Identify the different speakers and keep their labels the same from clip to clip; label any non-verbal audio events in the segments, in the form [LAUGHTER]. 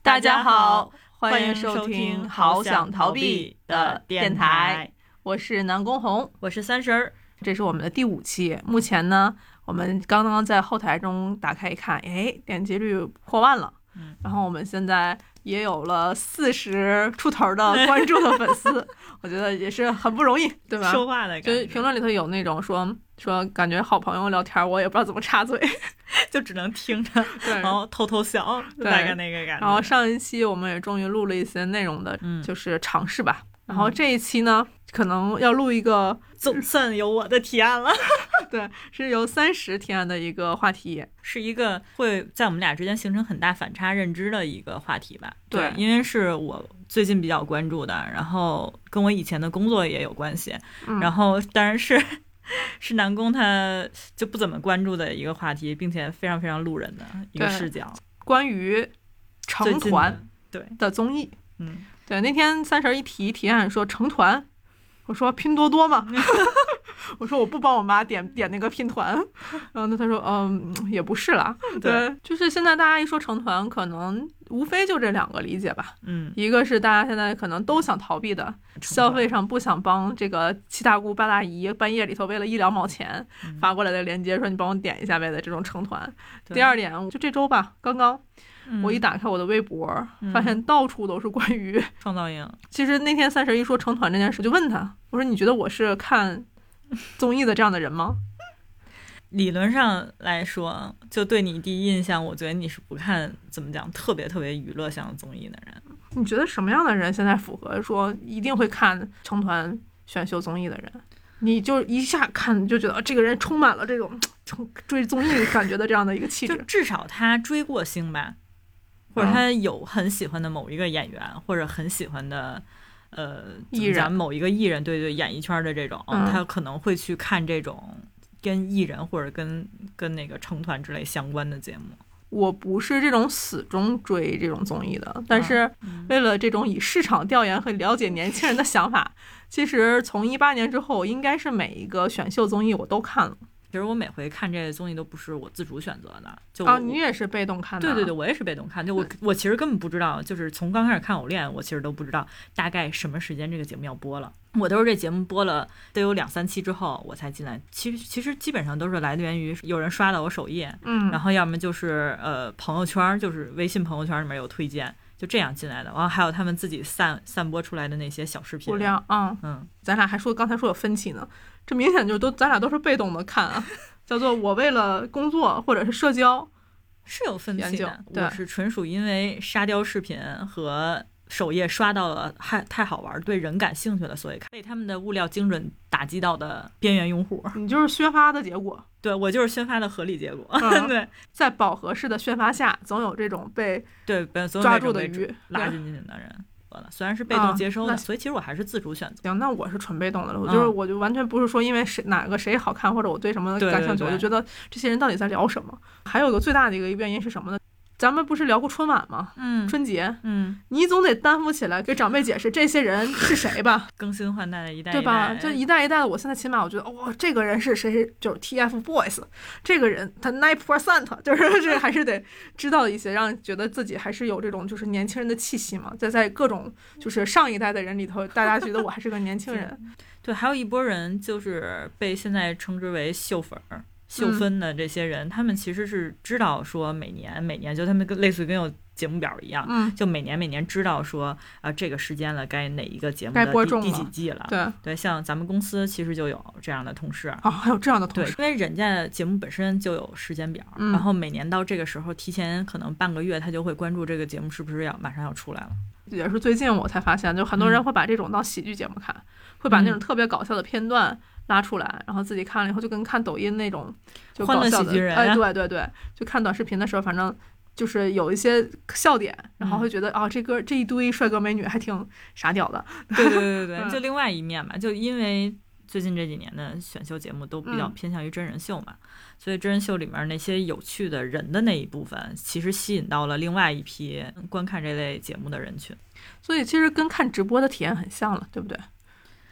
Speaker 1: 大家好，欢迎收听《好想逃避》的电台，，我是南宫红，
Speaker 2: 我是三十儿。
Speaker 1: 这是我们的第五期。目前呢，我们刚刚在后台中打开一看，哎，点击率破万了
Speaker 2: 嗯。
Speaker 1: 然后我们现在也有了四十出头的关注的粉 [LAUGHS] 丝，我觉得也是很不容易，对吧？
Speaker 2: 说话的感
Speaker 1: 就是
Speaker 2: 觉，
Speaker 1: 评论里头有那种说说感觉好朋友聊天，我也不知道怎么插嘴。
Speaker 2: 就只能听
Speaker 1: [LAUGHS]
Speaker 2: 着，
Speaker 1: 对，哦
Speaker 2: 然后偷偷笑，
Speaker 1: 嗯对
Speaker 2: 大概那个感觉。
Speaker 1: 然后上一期我们也终于录了一些内容的，
Speaker 2: 嗯
Speaker 1: 就是尝试吧。然后
Speaker 2: 嗯
Speaker 1: 这一期呢，可能要录一个
Speaker 2: 总算有我的提案了，
Speaker 1: 对，是由三十提案的一个话题。
Speaker 2: 是一个会在我们俩之间形成很大反差认知的一个话题吧？
Speaker 1: 对
Speaker 2: 因为是我最近比较关注的，然后跟我以前的工作也有关系，
Speaker 1: 嗯
Speaker 2: 然后当然是 [LAUGHS] 是南宫他就不怎么关注的一个话题，并且非常非常路人的一个
Speaker 1: 对
Speaker 2: 视角。
Speaker 1: 关于
Speaker 2: 最
Speaker 1: 成
Speaker 2: 近的
Speaker 1: 团，
Speaker 2: 对，
Speaker 1: 的综艺，
Speaker 2: 嗯，
Speaker 1: 对，那天三十一提提案说成团，我说拼多多
Speaker 2: [LAUGHS]
Speaker 1: 嘛，我说我不帮我妈点点那个拼团，然后呢他说嗯也不是啦，对，就是现在大家一说成团，可能无非就这两个理解吧，
Speaker 2: 嗯，
Speaker 1: 一个是大家现在可能都想逃避的，消费上不想帮这个七大姑八大姨半夜里头为了一两毛钱
Speaker 2: 嗯
Speaker 1: 发过来的链接，说你帮我点一下呗的这种成团。
Speaker 2: 对
Speaker 1: 第二点，就这周吧，刚刚
Speaker 2: 嗯
Speaker 1: 我一打开我的微博，
Speaker 2: 嗯
Speaker 1: 发现到处都是关于。
Speaker 2: 创造营，
Speaker 1: 其实那天三十一说成团这件事，就问他，我说你觉得我是看综艺的这样的人吗？
Speaker 2: 理论上来说，就对你第一印象，我觉得你是不看怎么讲特别特别娱乐向的综艺的人。
Speaker 1: 你觉得什么样的人现在符合说一定会看成团选秀综艺的人？你就一下看就觉得啊这个人充满了这种从追综艺感觉的这样的一个气
Speaker 2: 就
Speaker 1: 质。
Speaker 2: 至少他追过星吧，或者
Speaker 1: 嗯
Speaker 2: 他有很喜欢的某一个演员，或者很喜欢的呃
Speaker 1: 艺
Speaker 2: 怎么
Speaker 1: 人
Speaker 2: 讲某一个艺人，对对，演艺圈的这种，
Speaker 1: 嗯
Speaker 2: 他可能会去看这种跟艺人或者跟跟那个成团之类相关的节目。
Speaker 1: 我不是这种死忠追这种综艺的，
Speaker 2: 嗯
Speaker 1: 但是为了这种以市场调研和了解年轻人的想法，其实从一八年之后，应该是每一个选秀综艺我都看了
Speaker 2: 其实我每回看这些综艺都不是我自主选择的，就
Speaker 1: 啊。
Speaker 2: 我
Speaker 1: 你也是被动看的嗯啊，
Speaker 2: 对对对，我也是被动看，就我我其实根本不知道，就是从刚开始看偶练，我其实都不知道大概什么时间这个节目要播了。我都是这节目播了得有两三期之后，我才进来。其实其实基本上都是来源于有人刷到我首页，然
Speaker 1: 嗯，
Speaker 2: 后要么就是呃朋友圈儿，就是微信朋友圈里面有推荐，就这样进来的。然后还有他们自己散散播出来的那些小视频
Speaker 1: 不，亮啊。嗯
Speaker 2: 嗯，
Speaker 1: 咱俩还说刚才说有分歧呢，这明显就都咱俩都是被动的看啊，叫做我为了工作或者是社交，
Speaker 2: 是有分
Speaker 1: 研
Speaker 2: 歧
Speaker 1: 究
Speaker 2: 的。
Speaker 1: 对
Speaker 2: 我是纯属因为沙雕视频和首页刷到了太太好玩，对人感兴趣了，所以看被他们的物料精准打击到的边缘用户。
Speaker 1: 你就是宣发的结果，
Speaker 2: 对我就是宣发的合理结果。
Speaker 1: 嗯
Speaker 2: [LAUGHS] 对
Speaker 1: 在饱和式的宣发下，总有这种被
Speaker 2: 对，本所有
Speaker 1: 抓
Speaker 2: 那种
Speaker 1: 住的
Speaker 2: 被
Speaker 1: 鱼。
Speaker 2: 拉
Speaker 1: 对
Speaker 2: 进去的人，我了虽然是被
Speaker 1: 啊
Speaker 2: 动接收的，
Speaker 1: 那
Speaker 2: 所以其实我还是自主选择。
Speaker 1: 行，那我是纯被动的了，我就是
Speaker 2: 嗯
Speaker 1: 我就完全不是说因为谁哪个谁好看或者我对什么
Speaker 2: 对
Speaker 1: 感兴趣，
Speaker 2: 对
Speaker 1: 我
Speaker 2: 对
Speaker 1: 就觉得这些人到底在聊什么。还有一个最大的一个原因是什么呢？咱们不是聊过春晚吗？
Speaker 2: 嗯
Speaker 1: 春节，
Speaker 2: 嗯，
Speaker 1: 你总得担负起来给长辈解释这些人是谁吧？
Speaker 2: [LAUGHS] 更新换代的一代一代，
Speaker 1: 对吧？就一代一代的，我现在起码我觉得，哦，这个人是谁谁，就是 TFBOYS，这个人他 nine percent，就是 [LAUGHS] 这还是得知道一些，让觉得自己还是有这种就是年轻人的气息嘛。在在各种就是上一代的人里头，大家觉得我还是个年轻人，
Speaker 2: [LAUGHS] 对，还有一波人就是被现在称之为秀粉儿、秀
Speaker 1: 嗯
Speaker 2: 分的这些人，他们其实是知道说每年每年就他们跟类似于跟有节目表一样。
Speaker 1: 嗯，
Speaker 2: 就每年每年知道说啊、这个时间了，该哪一个节目
Speaker 1: 该
Speaker 2: 的
Speaker 1: 播
Speaker 2: 第
Speaker 1: 种
Speaker 2: 第
Speaker 1: 了
Speaker 2: 几季了？
Speaker 1: 对，
Speaker 2: 对，像咱们公司其实就有这样的同事，
Speaker 1: 哦，还有这样的同
Speaker 2: 对，
Speaker 1: 事
Speaker 2: 因，为人家节目本身就有时间表，
Speaker 1: 嗯
Speaker 2: 然后每年到这个时候，提前可能半个月，他就会关注这个节目是不是要马上要出来了。
Speaker 1: 也是最近我才发现，就很多人
Speaker 2: 嗯
Speaker 1: 会把这种当喜剧节目看，会把那种
Speaker 2: 嗯
Speaker 1: 特别搞笑的片段拉出来，然后自己看了以后就跟看抖音那种就
Speaker 2: 欢乐
Speaker 1: 搞笑
Speaker 2: 喜
Speaker 1: 的
Speaker 2: 剧人
Speaker 1: 哎，
Speaker 2: 啊
Speaker 1: 对对对，就看短视频的时候，反正就是有一些笑点，然后
Speaker 2: 嗯
Speaker 1: 会觉得啊、这个这一堆帅哥美女还挺傻屌的， [LAUGHS]
Speaker 2: 对对对对
Speaker 1: 嗯
Speaker 2: 对，就另外一面吧，就因为最近这几年的选秀节目都比较
Speaker 1: 嗯
Speaker 2: 偏向于真人秀嘛，所以真人秀里面那些有趣的人的那一部分，其实吸引到了另外一批观看这类节目的人群。
Speaker 1: 所以其实跟看直播的体验很像了，对不对？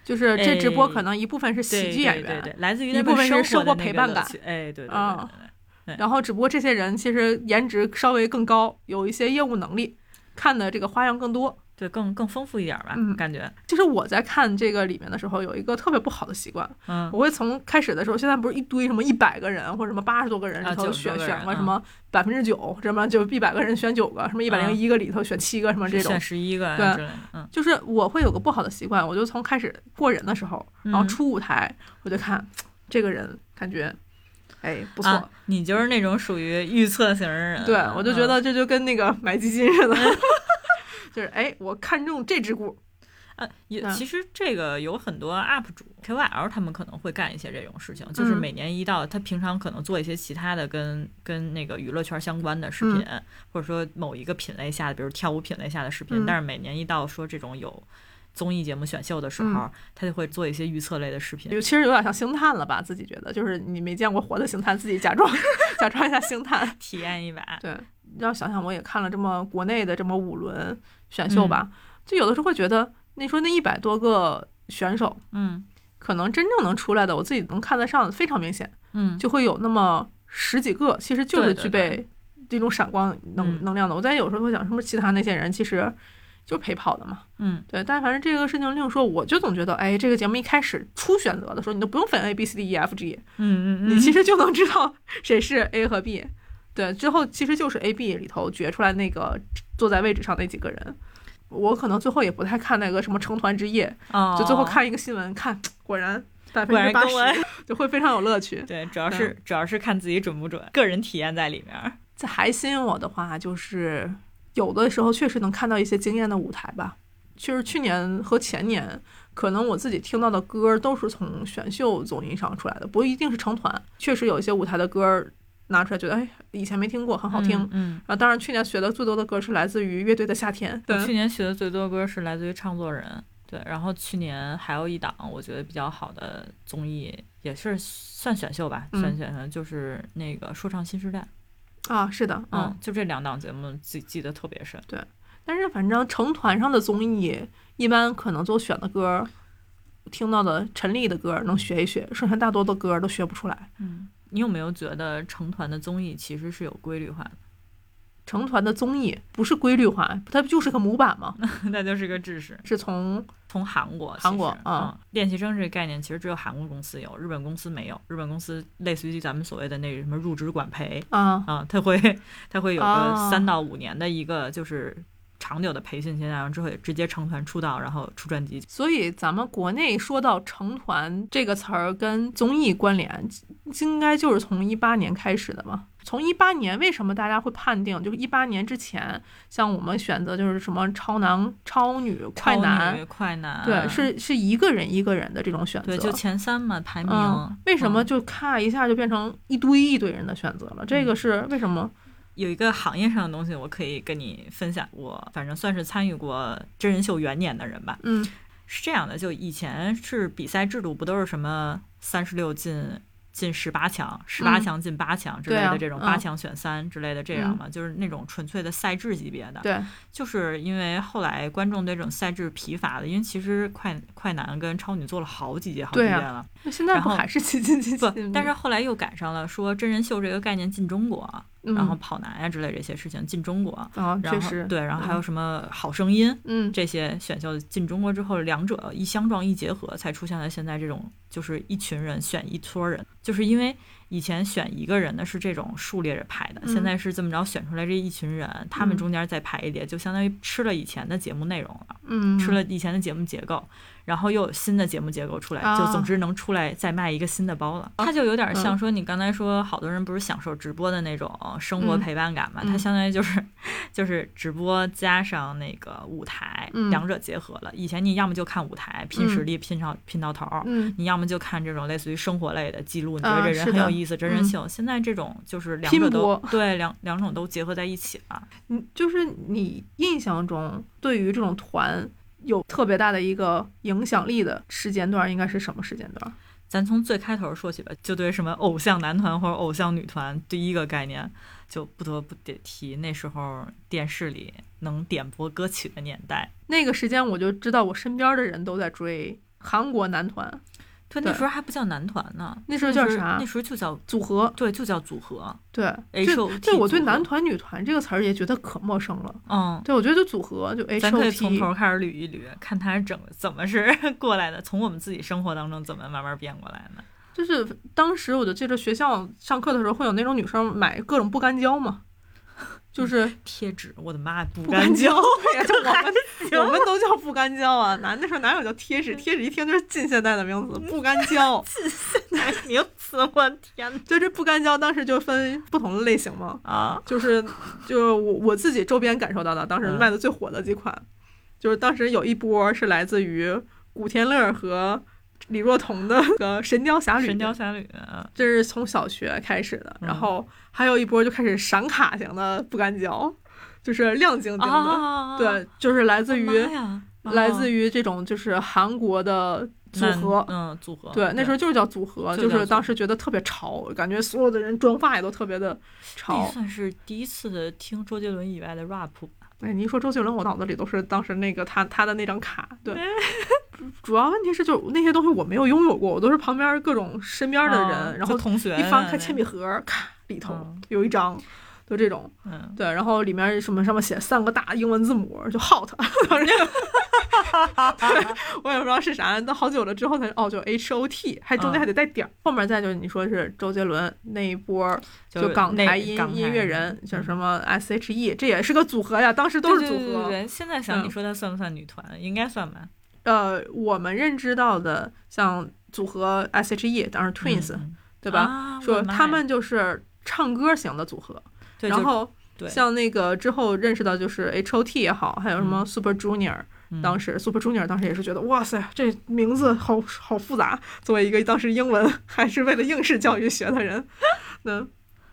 Speaker 1: 就是这直播
Speaker 2: 哎
Speaker 1: 可能一部分是喜
Speaker 2: 对
Speaker 1: 剧演
Speaker 2: 对对
Speaker 1: 员，
Speaker 2: 对，来自于
Speaker 1: 一
Speaker 2: 他
Speaker 1: 部分
Speaker 2: 们
Speaker 1: 是
Speaker 2: 生
Speaker 1: 生
Speaker 2: 活
Speaker 1: 活
Speaker 2: 的那
Speaker 1: 陪
Speaker 2: 个
Speaker 1: 伴
Speaker 2: 乐
Speaker 1: 感
Speaker 2: 趣哎，对对对对
Speaker 1: 啊
Speaker 2: 对对
Speaker 1: 然后只不过这些人其实颜值稍微更高，有一些业务能力，看的这个花样更多。
Speaker 2: 对，更更丰富一点吧，
Speaker 1: 嗯
Speaker 2: 感觉，
Speaker 1: 其实我在看这个里面的时候，有一个特别不好的习惯，
Speaker 2: 嗯，
Speaker 1: 我会从开始的时候，现在不是一堆什么一百个人或者什么八十多个人
Speaker 2: 啊
Speaker 1: 里头
Speaker 2: 90
Speaker 1: 选
Speaker 2: 多个人
Speaker 1: 选个
Speaker 2: 嗯
Speaker 1: 什么百分之九，什么就一百个人选九个，什么一百
Speaker 2: 嗯
Speaker 1: 零一个里头选七个，什么这种
Speaker 2: 选。十一个啊
Speaker 1: 对
Speaker 2: 之类的，嗯，
Speaker 1: 就是我会有个不好的习惯，我就从开始过人的时候，然后
Speaker 2: 嗯
Speaker 1: 出舞台，我就看这个人，感觉哎不错，
Speaker 2: 啊，你就是那种属于预测型
Speaker 1: [LAUGHS]
Speaker 2: 人，
Speaker 1: 对我就觉
Speaker 2: 嗯
Speaker 1: 得这就跟那个 [LAUGHS] 买基金似的，就是哎我看中这只股，
Speaker 2: 啊，也
Speaker 1: 嗯
Speaker 2: 其实这个有很多 UP 主 KYL 他们可能会干一些这种事情，就是
Speaker 1: 嗯
Speaker 2: 每年一到，他平常可能做一些其他的跟跟那个娱乐圈相关的视频，或者说某一个品类下的，比如跳舞品类下的视频，
Speaker 1: 嗯
Speaker 2: 但是每年一到说这种有综艺节目选秀的时
Speaker 1: 嗯
Speaker 2: 候，他就会做一些预测类的视频。
Speaker 1: 有其实有点像星探了吧，自己觉得就是你没见过活的星探，自己假装 [LAUGHS] 假装一下星探，
Speaker 2: 体验一把，
Speaker 1: 对，要想想我也看了这么国内的这么五轮选秀吧，
Speaker 2: 嗯
Speaker 1: 就有的时候会觉得，你说那一百多个选手，
Speaker 2: 嗯
Speaker 1: 可能真正能出来的，我自己能看得上的非常明显，
Speaker 2: 嗯，
Speaker 1: 就会有那么十几个，其实就是
Speaker 2: 对对
Speaker 1: 具备这种闪光能
Speaker 2: 嗯
Speaker 1: 能量的。我在有时候会想，是不是其他那些人其实就是陪跑的嘛？
Speaker 2: 嗯
Speaker 1: 对，但反正这个事情另说，我就总觉得，哎，这个节目一开始初选择的时候，你都不用分 A B C D E F G，
Speaker 2: 嗯嗯，
Speaker 1: 你其
Speaker 2: 实
Speaker 1: 实就能知道 [LAUGHS] 谁是 A 和 B。对，之后其实就是 A、B 里头决出来那个坐在位置上那几个人。我可能最后也不太看那个什么成团之夜，就最后看一个新闻，看果然百分之
Speaker 2: 果嗯哦然
Speaker 1: 八
Speaker 2: 跟
Speaker 1: 十嗯
Speaker 2: 我，
Speaker 1: 就会非常有乐趣。
Speaker 2: 对，主要是主要是看自己准不准，个人体验在里面。
Speaker 1: 这还吸引我的话，就是有的时候确实能看到一些惊艳的舞台吧。就是去年和前年，可能我自己听到的歌都是从选秀综艺上出来的，不一定是成团。确实有一些舞台的歌拿出来，觉得哎以前没听过，很好听。
Speaker 2: 嗯，嗯。
Speaker 1: 啊，当然去年学的最多的歌是来自于乐队的夏天。
Speaker 2: 我去年学的最多歌是来自于唱作人，对，然后去年还有一档我觉得比较好的综艺，也是算选秀吧，
Speaker 1: 嗯
Speaker 2: 算选秀就是那个说唱新时代，
Speaker 1: 啊，是的，嗯，
Speaker 2: 嗯，就这两档节目记记得特别深，
Speaker 1: 但是反正成团上的综艺，一般可能做选的歌，听到的陈粒的歌能学一学，剩下大多的歌都学不出来。
Speaker 2: 嗯，你有没有觉得成团的综艺其实是有规律化的？ [LAUGHS]
Speaker 1: 成团的综艺不是规律化，它不就是个模板
Speaker 2: [LAUGHS]
Speaker 1: 吗？
Speaker 2: 那就是个知识，
Speaker 1: 是从
Speaker 2: 从韩国，
Speaker 1: 韩国
Speaker 2: 其实
Speaker 1: 嗯
Speaker 2: 嗯，练习生这个概念其实只有韩国公司有，日本公司没有，日本公司类似于咱们所谓的那个什么入职管培，
Speaker 1: 啊
Speaker 2: 啊，他会他会有
Speaker 1: 哦
Speaker 2: 个三到五年的一个就是长久的培训阶段，然后之后也直接成团出道，然后出专辑。
Speaker 1: 所以咱们国内说到成团这个词儿跟综艺关联，应该就是从一八年开始的嘛。从一八年，为什么大家会判定就是一八年之前，像我们选择就是什么超男、超女、快
Speaker 2: 超
Speaker 1: 男，
Speaker 2: 女快男，
Speaker 1: 对，是是一个人一个人的这种选择。
Speaker 2: 对，就前三嘛排名。
Speaker 1: 嗯，为什么
Speaker 2: 嗯
Speaker 1: 就咔一下就变成一堆一堆人的选择了？这个是为什么？
Speaker 2: 有一个行业上的东西，我可以跟你分享。我反正算是参与过真人秀元年的人吧。
Speaker 1: 嗯
Speaker 2: 是这样的，就以前是比赛制度，不都是什么三十六进进十八强，十八
Speaker 1: 嗯
Speaker 2: 强进八强之
Speaker 1: 对
Speaker 2: 类
Speaker 1: 啊
Speaker 2: 的这种，八
Speaker 1: 嗯
Speaker 2: 强选三之类的这样嘛，就是那种纯粹的赛制级别的。
Speaker 1: 对，
Speaker 2: 就是因为后来观众对这种赛制疲乏了，因为其实快快男跟超女做了好几届好几
Speaker 1: 对
Speaker 2: 届
Speaker 1: 啊
Speaker 2: 了，
Speaker 1: 那现在
Speaker 2: 然
Speaker 1: 不
Speaker 2: 后
Speaker 1: 还是几进几进
Speaker 2: 不，但是后来又赶上了说真人秀这个概念进中国，
Speaker 1: 嗯
Speaker 2: 然后跑男呀、啊之类这些事情进中国，
Speaker 1: 啊，
Speaker 2: 然
Speaker 1: 确
Speaker 2: 后
Speaker 1: 实，
Speaker 2: 对，然后还
Speaker 1: 嗯
Speaker 2: 有什么好声音。
Speaker 1: 嗯，
Speaker 2: 这些选秀进中国之后，两者一相撞一结合，才出现了现在这种，就是一群人选一撮人，就是因为以前选一个人的是这种数列着排的，
Speaker 1: 嗯
Speaker 2: 现在是这么着选出来这一群人，他们
Speaker 1: 嗯
Speaker 2: 中间再排一列，就相当于吃了以前的节目内容了，
Speaker 1: 嗯，
Speaker 2: 吃了以前的节目结构，然后又有新的节目结构出来，
Speaker 1: 啊
Speaker 2: 就总之能出来再卖一个新的包了。
Speaker 1: 哦
Speaker 2: 它就有
Speaker 1: 嗯
Speaker 2: 点像说你刚才说，好多人不是享受直播的那种生活
Speaker 1: 嗯
Speaker 2: 陪伴感嘛？
Speaker 1: 嗯
Speaker 2: 它相当于就是就是直播加上那个舞台，
Speaker 1: 嗯
Speaker 2: 两者结合了。以前你要么就看舞台拼实力拼上拼到头儿。
Speaker 1: 嗯，
Speaker 2: 你要么就看这种类似于生活类的记录，你觉
Speaker 1: 啊
Speaker 2: 得这
Speaker 1: 是
Speaker 2: 人很
Speaker 1: 的嗯
Speaker 2: 有意思，真人秀。现在这种就是两者
Speaker 1: 拼
Speaker 2: 都
Speaker 1: 搏
Speaker 2: 对两两种都结合在一起了。
Speaker 1: 你嗯就是你印象中对于这种团有特别大的一个影响力的时间段，应该是什么时间段？
Speaker 2: 咱从最开头说起吧，就对什么偶像男团或者偶像女团第一个概念，就不得不得提那时候电视里能点播歌曲的年代。
Speaker 1: 那个时间我就知道我身边的人都在追韩国男团，
Speaker 2: 对，那
Speaker 1: 对
Speaker 2: 时候还不叫男团呢，
Speaker 1: 那时候叫
Speaker 2: 是
Speaker 1: 啥
Speaker 2: 那时候就叫
Speaker 1: 组合？
Speaker 2: 对，就叫组合。
Speaker 1: 对，
Speaker 2: H
Speaker 1: 这
Speaker 2: O T
Speaker 1: 对我对
Speaker 2: 组合
Speaker 1: 男团、女团这个词儿也觉得可陌生了。
Speaker 2: 嗯，
Speaker 1: 对，我觉得就组合就 H
Speaker 2: 咱可
Speaker 1: O
Speaker 2: 以从
Speaker 1: T，
Speaker 2: 头开始捋一捋，看他整怎么是 [LAUGHS] 过来的，从我们自己生活当中怎么慢慢变过来的。
Speaker 1: 就是当时我就记着学校上课的时候会有那种女生买各种不干胶嘛，就是
Speaker 2: 贴纸，我的妈，不
Speaker 1: 不干
Speaker 2: 胶
Speaker 1: 胶，，对呀，就
Speaker 2: [LAUGHS]
Speaker 1: 我们
Speaker 2: 行
Speaker 1: 我们都叫不干胶啊，男的时候哪有叫贴
Speaker 2: 嗯
Speaker 1: 纸？贴纸一听就是近现代的名词，不干
Speaker 2: [LAUGHS]
Speaker 1: 胶。
Speaker 2: 哎名词，我天呐
Speaker 1: 就这不干胶，当时就分不同的类型嘛，
Speaker 2: 啊！
Speaker 1: 就是就是我我自己周边感受到的，当时
Speaker 2: 嗯
Speaker 1: 卖的最火的几款，就是当时有一波是来自于古天乐和李若彤的《神雕侠侣》，
Speaker 2: 神雕侠侣，嗯
Speaker 1: 这是从小学开始的，
Speaker 2: 嗯
Speaker 1: 然后还有一波就开始闪卡型的不干胶，就是亮晶晶的，
Speaker 2: 啊，
Speaker 1: 对，就是来自于、来自
Speaker 2: 于
Speaker 1: 于这种就是韩国的组合。
Speaker 2: 哦嗯，组合，
Speaker 1: 对，那时候就是叫组合，
Speaker 2: 就
Speaker 1: 就
Speaker 2: 叫
Speaker 1: 是当时觉得特别潮，感觉所有的人妆发也都特别的
Speaker 2: 那
Speaker 1: 潮。
Speaker 2: 算是第一次听周杰伦以外的 rap 吧。
Speaker 1: 哎，你一说周杰伦，我脑子里都是当时那个他他的那张卡。
Speaker 2: [LAUGHS]
Speaker 1: 对，主要问题是就是那些东西我没有拥有过，我都是旁边各种身边的人，
Speaker 2: 啊
Speaker 1: 然
Speaker 2: 就
Speaker 1: 后
Speaker 2: 同学
Speaker 1: 一翻
Speaker 2: 啊
Speaker 1: 开铅笔，盒，咔，里头
Speaker 2: 嗯
Speaker 1: 有一张，就这种。
Speaker 2: 嗯，
Speaker 1: 对，然后里面什么上面写三个大英文字母，就 hot，反正对， [LAUGHS] 我也不知道是啥，到好久了之后才哦，就 H O T，还中间还
Speaker 2: 嗯
Speaker 1: 得带点儿，后面再就是你说是周杰伦那一波儿，就港
Speaker 2: 那
Speaker 1: 台音
Speaker 2: 港
Speaker 1: 音乐
Speaker 2: 台
Speaker 1: 人，叫
Speaker 2: 嗯
Speaker 1: 什么 S H E，这也是个组合呀，当时都是
Speaker 2: 对
Speaker 1: 组
Speaker 2: 对对对
Speaker 1: 合。
Speaker 2: 对现在想，
Speaker 1: 嗯
Speaker 2: 你说她算不算女团？应该算吧。
Speaker 1: 呃，我们认知到的像组合 S H E，当然 Twins，、
Speaker 2: 嗯
Speaker 1: 对吧？
Speaker 2: 啊我
Speaker 1: 说
Speaker 2: 的妈
Speaker 1: 他
Speaker 2: 呀
Speaker 1: 们就是唱歌型的组合，
Speaker 2: 对
Speaker 1: 然
Speaker 2: 就
Speaker 1: 后
Speaker 2: 对
Speaker 1: 像那个之后认识到就是 H O T 也好，还有什么 Super Junior，、
Speaker 2: 嗯
Speaker 1: 当时 Super Junior 当时也是觉得哇塞，这名字好好复杂。作为一个当时英文还是为了应试教育学的人，那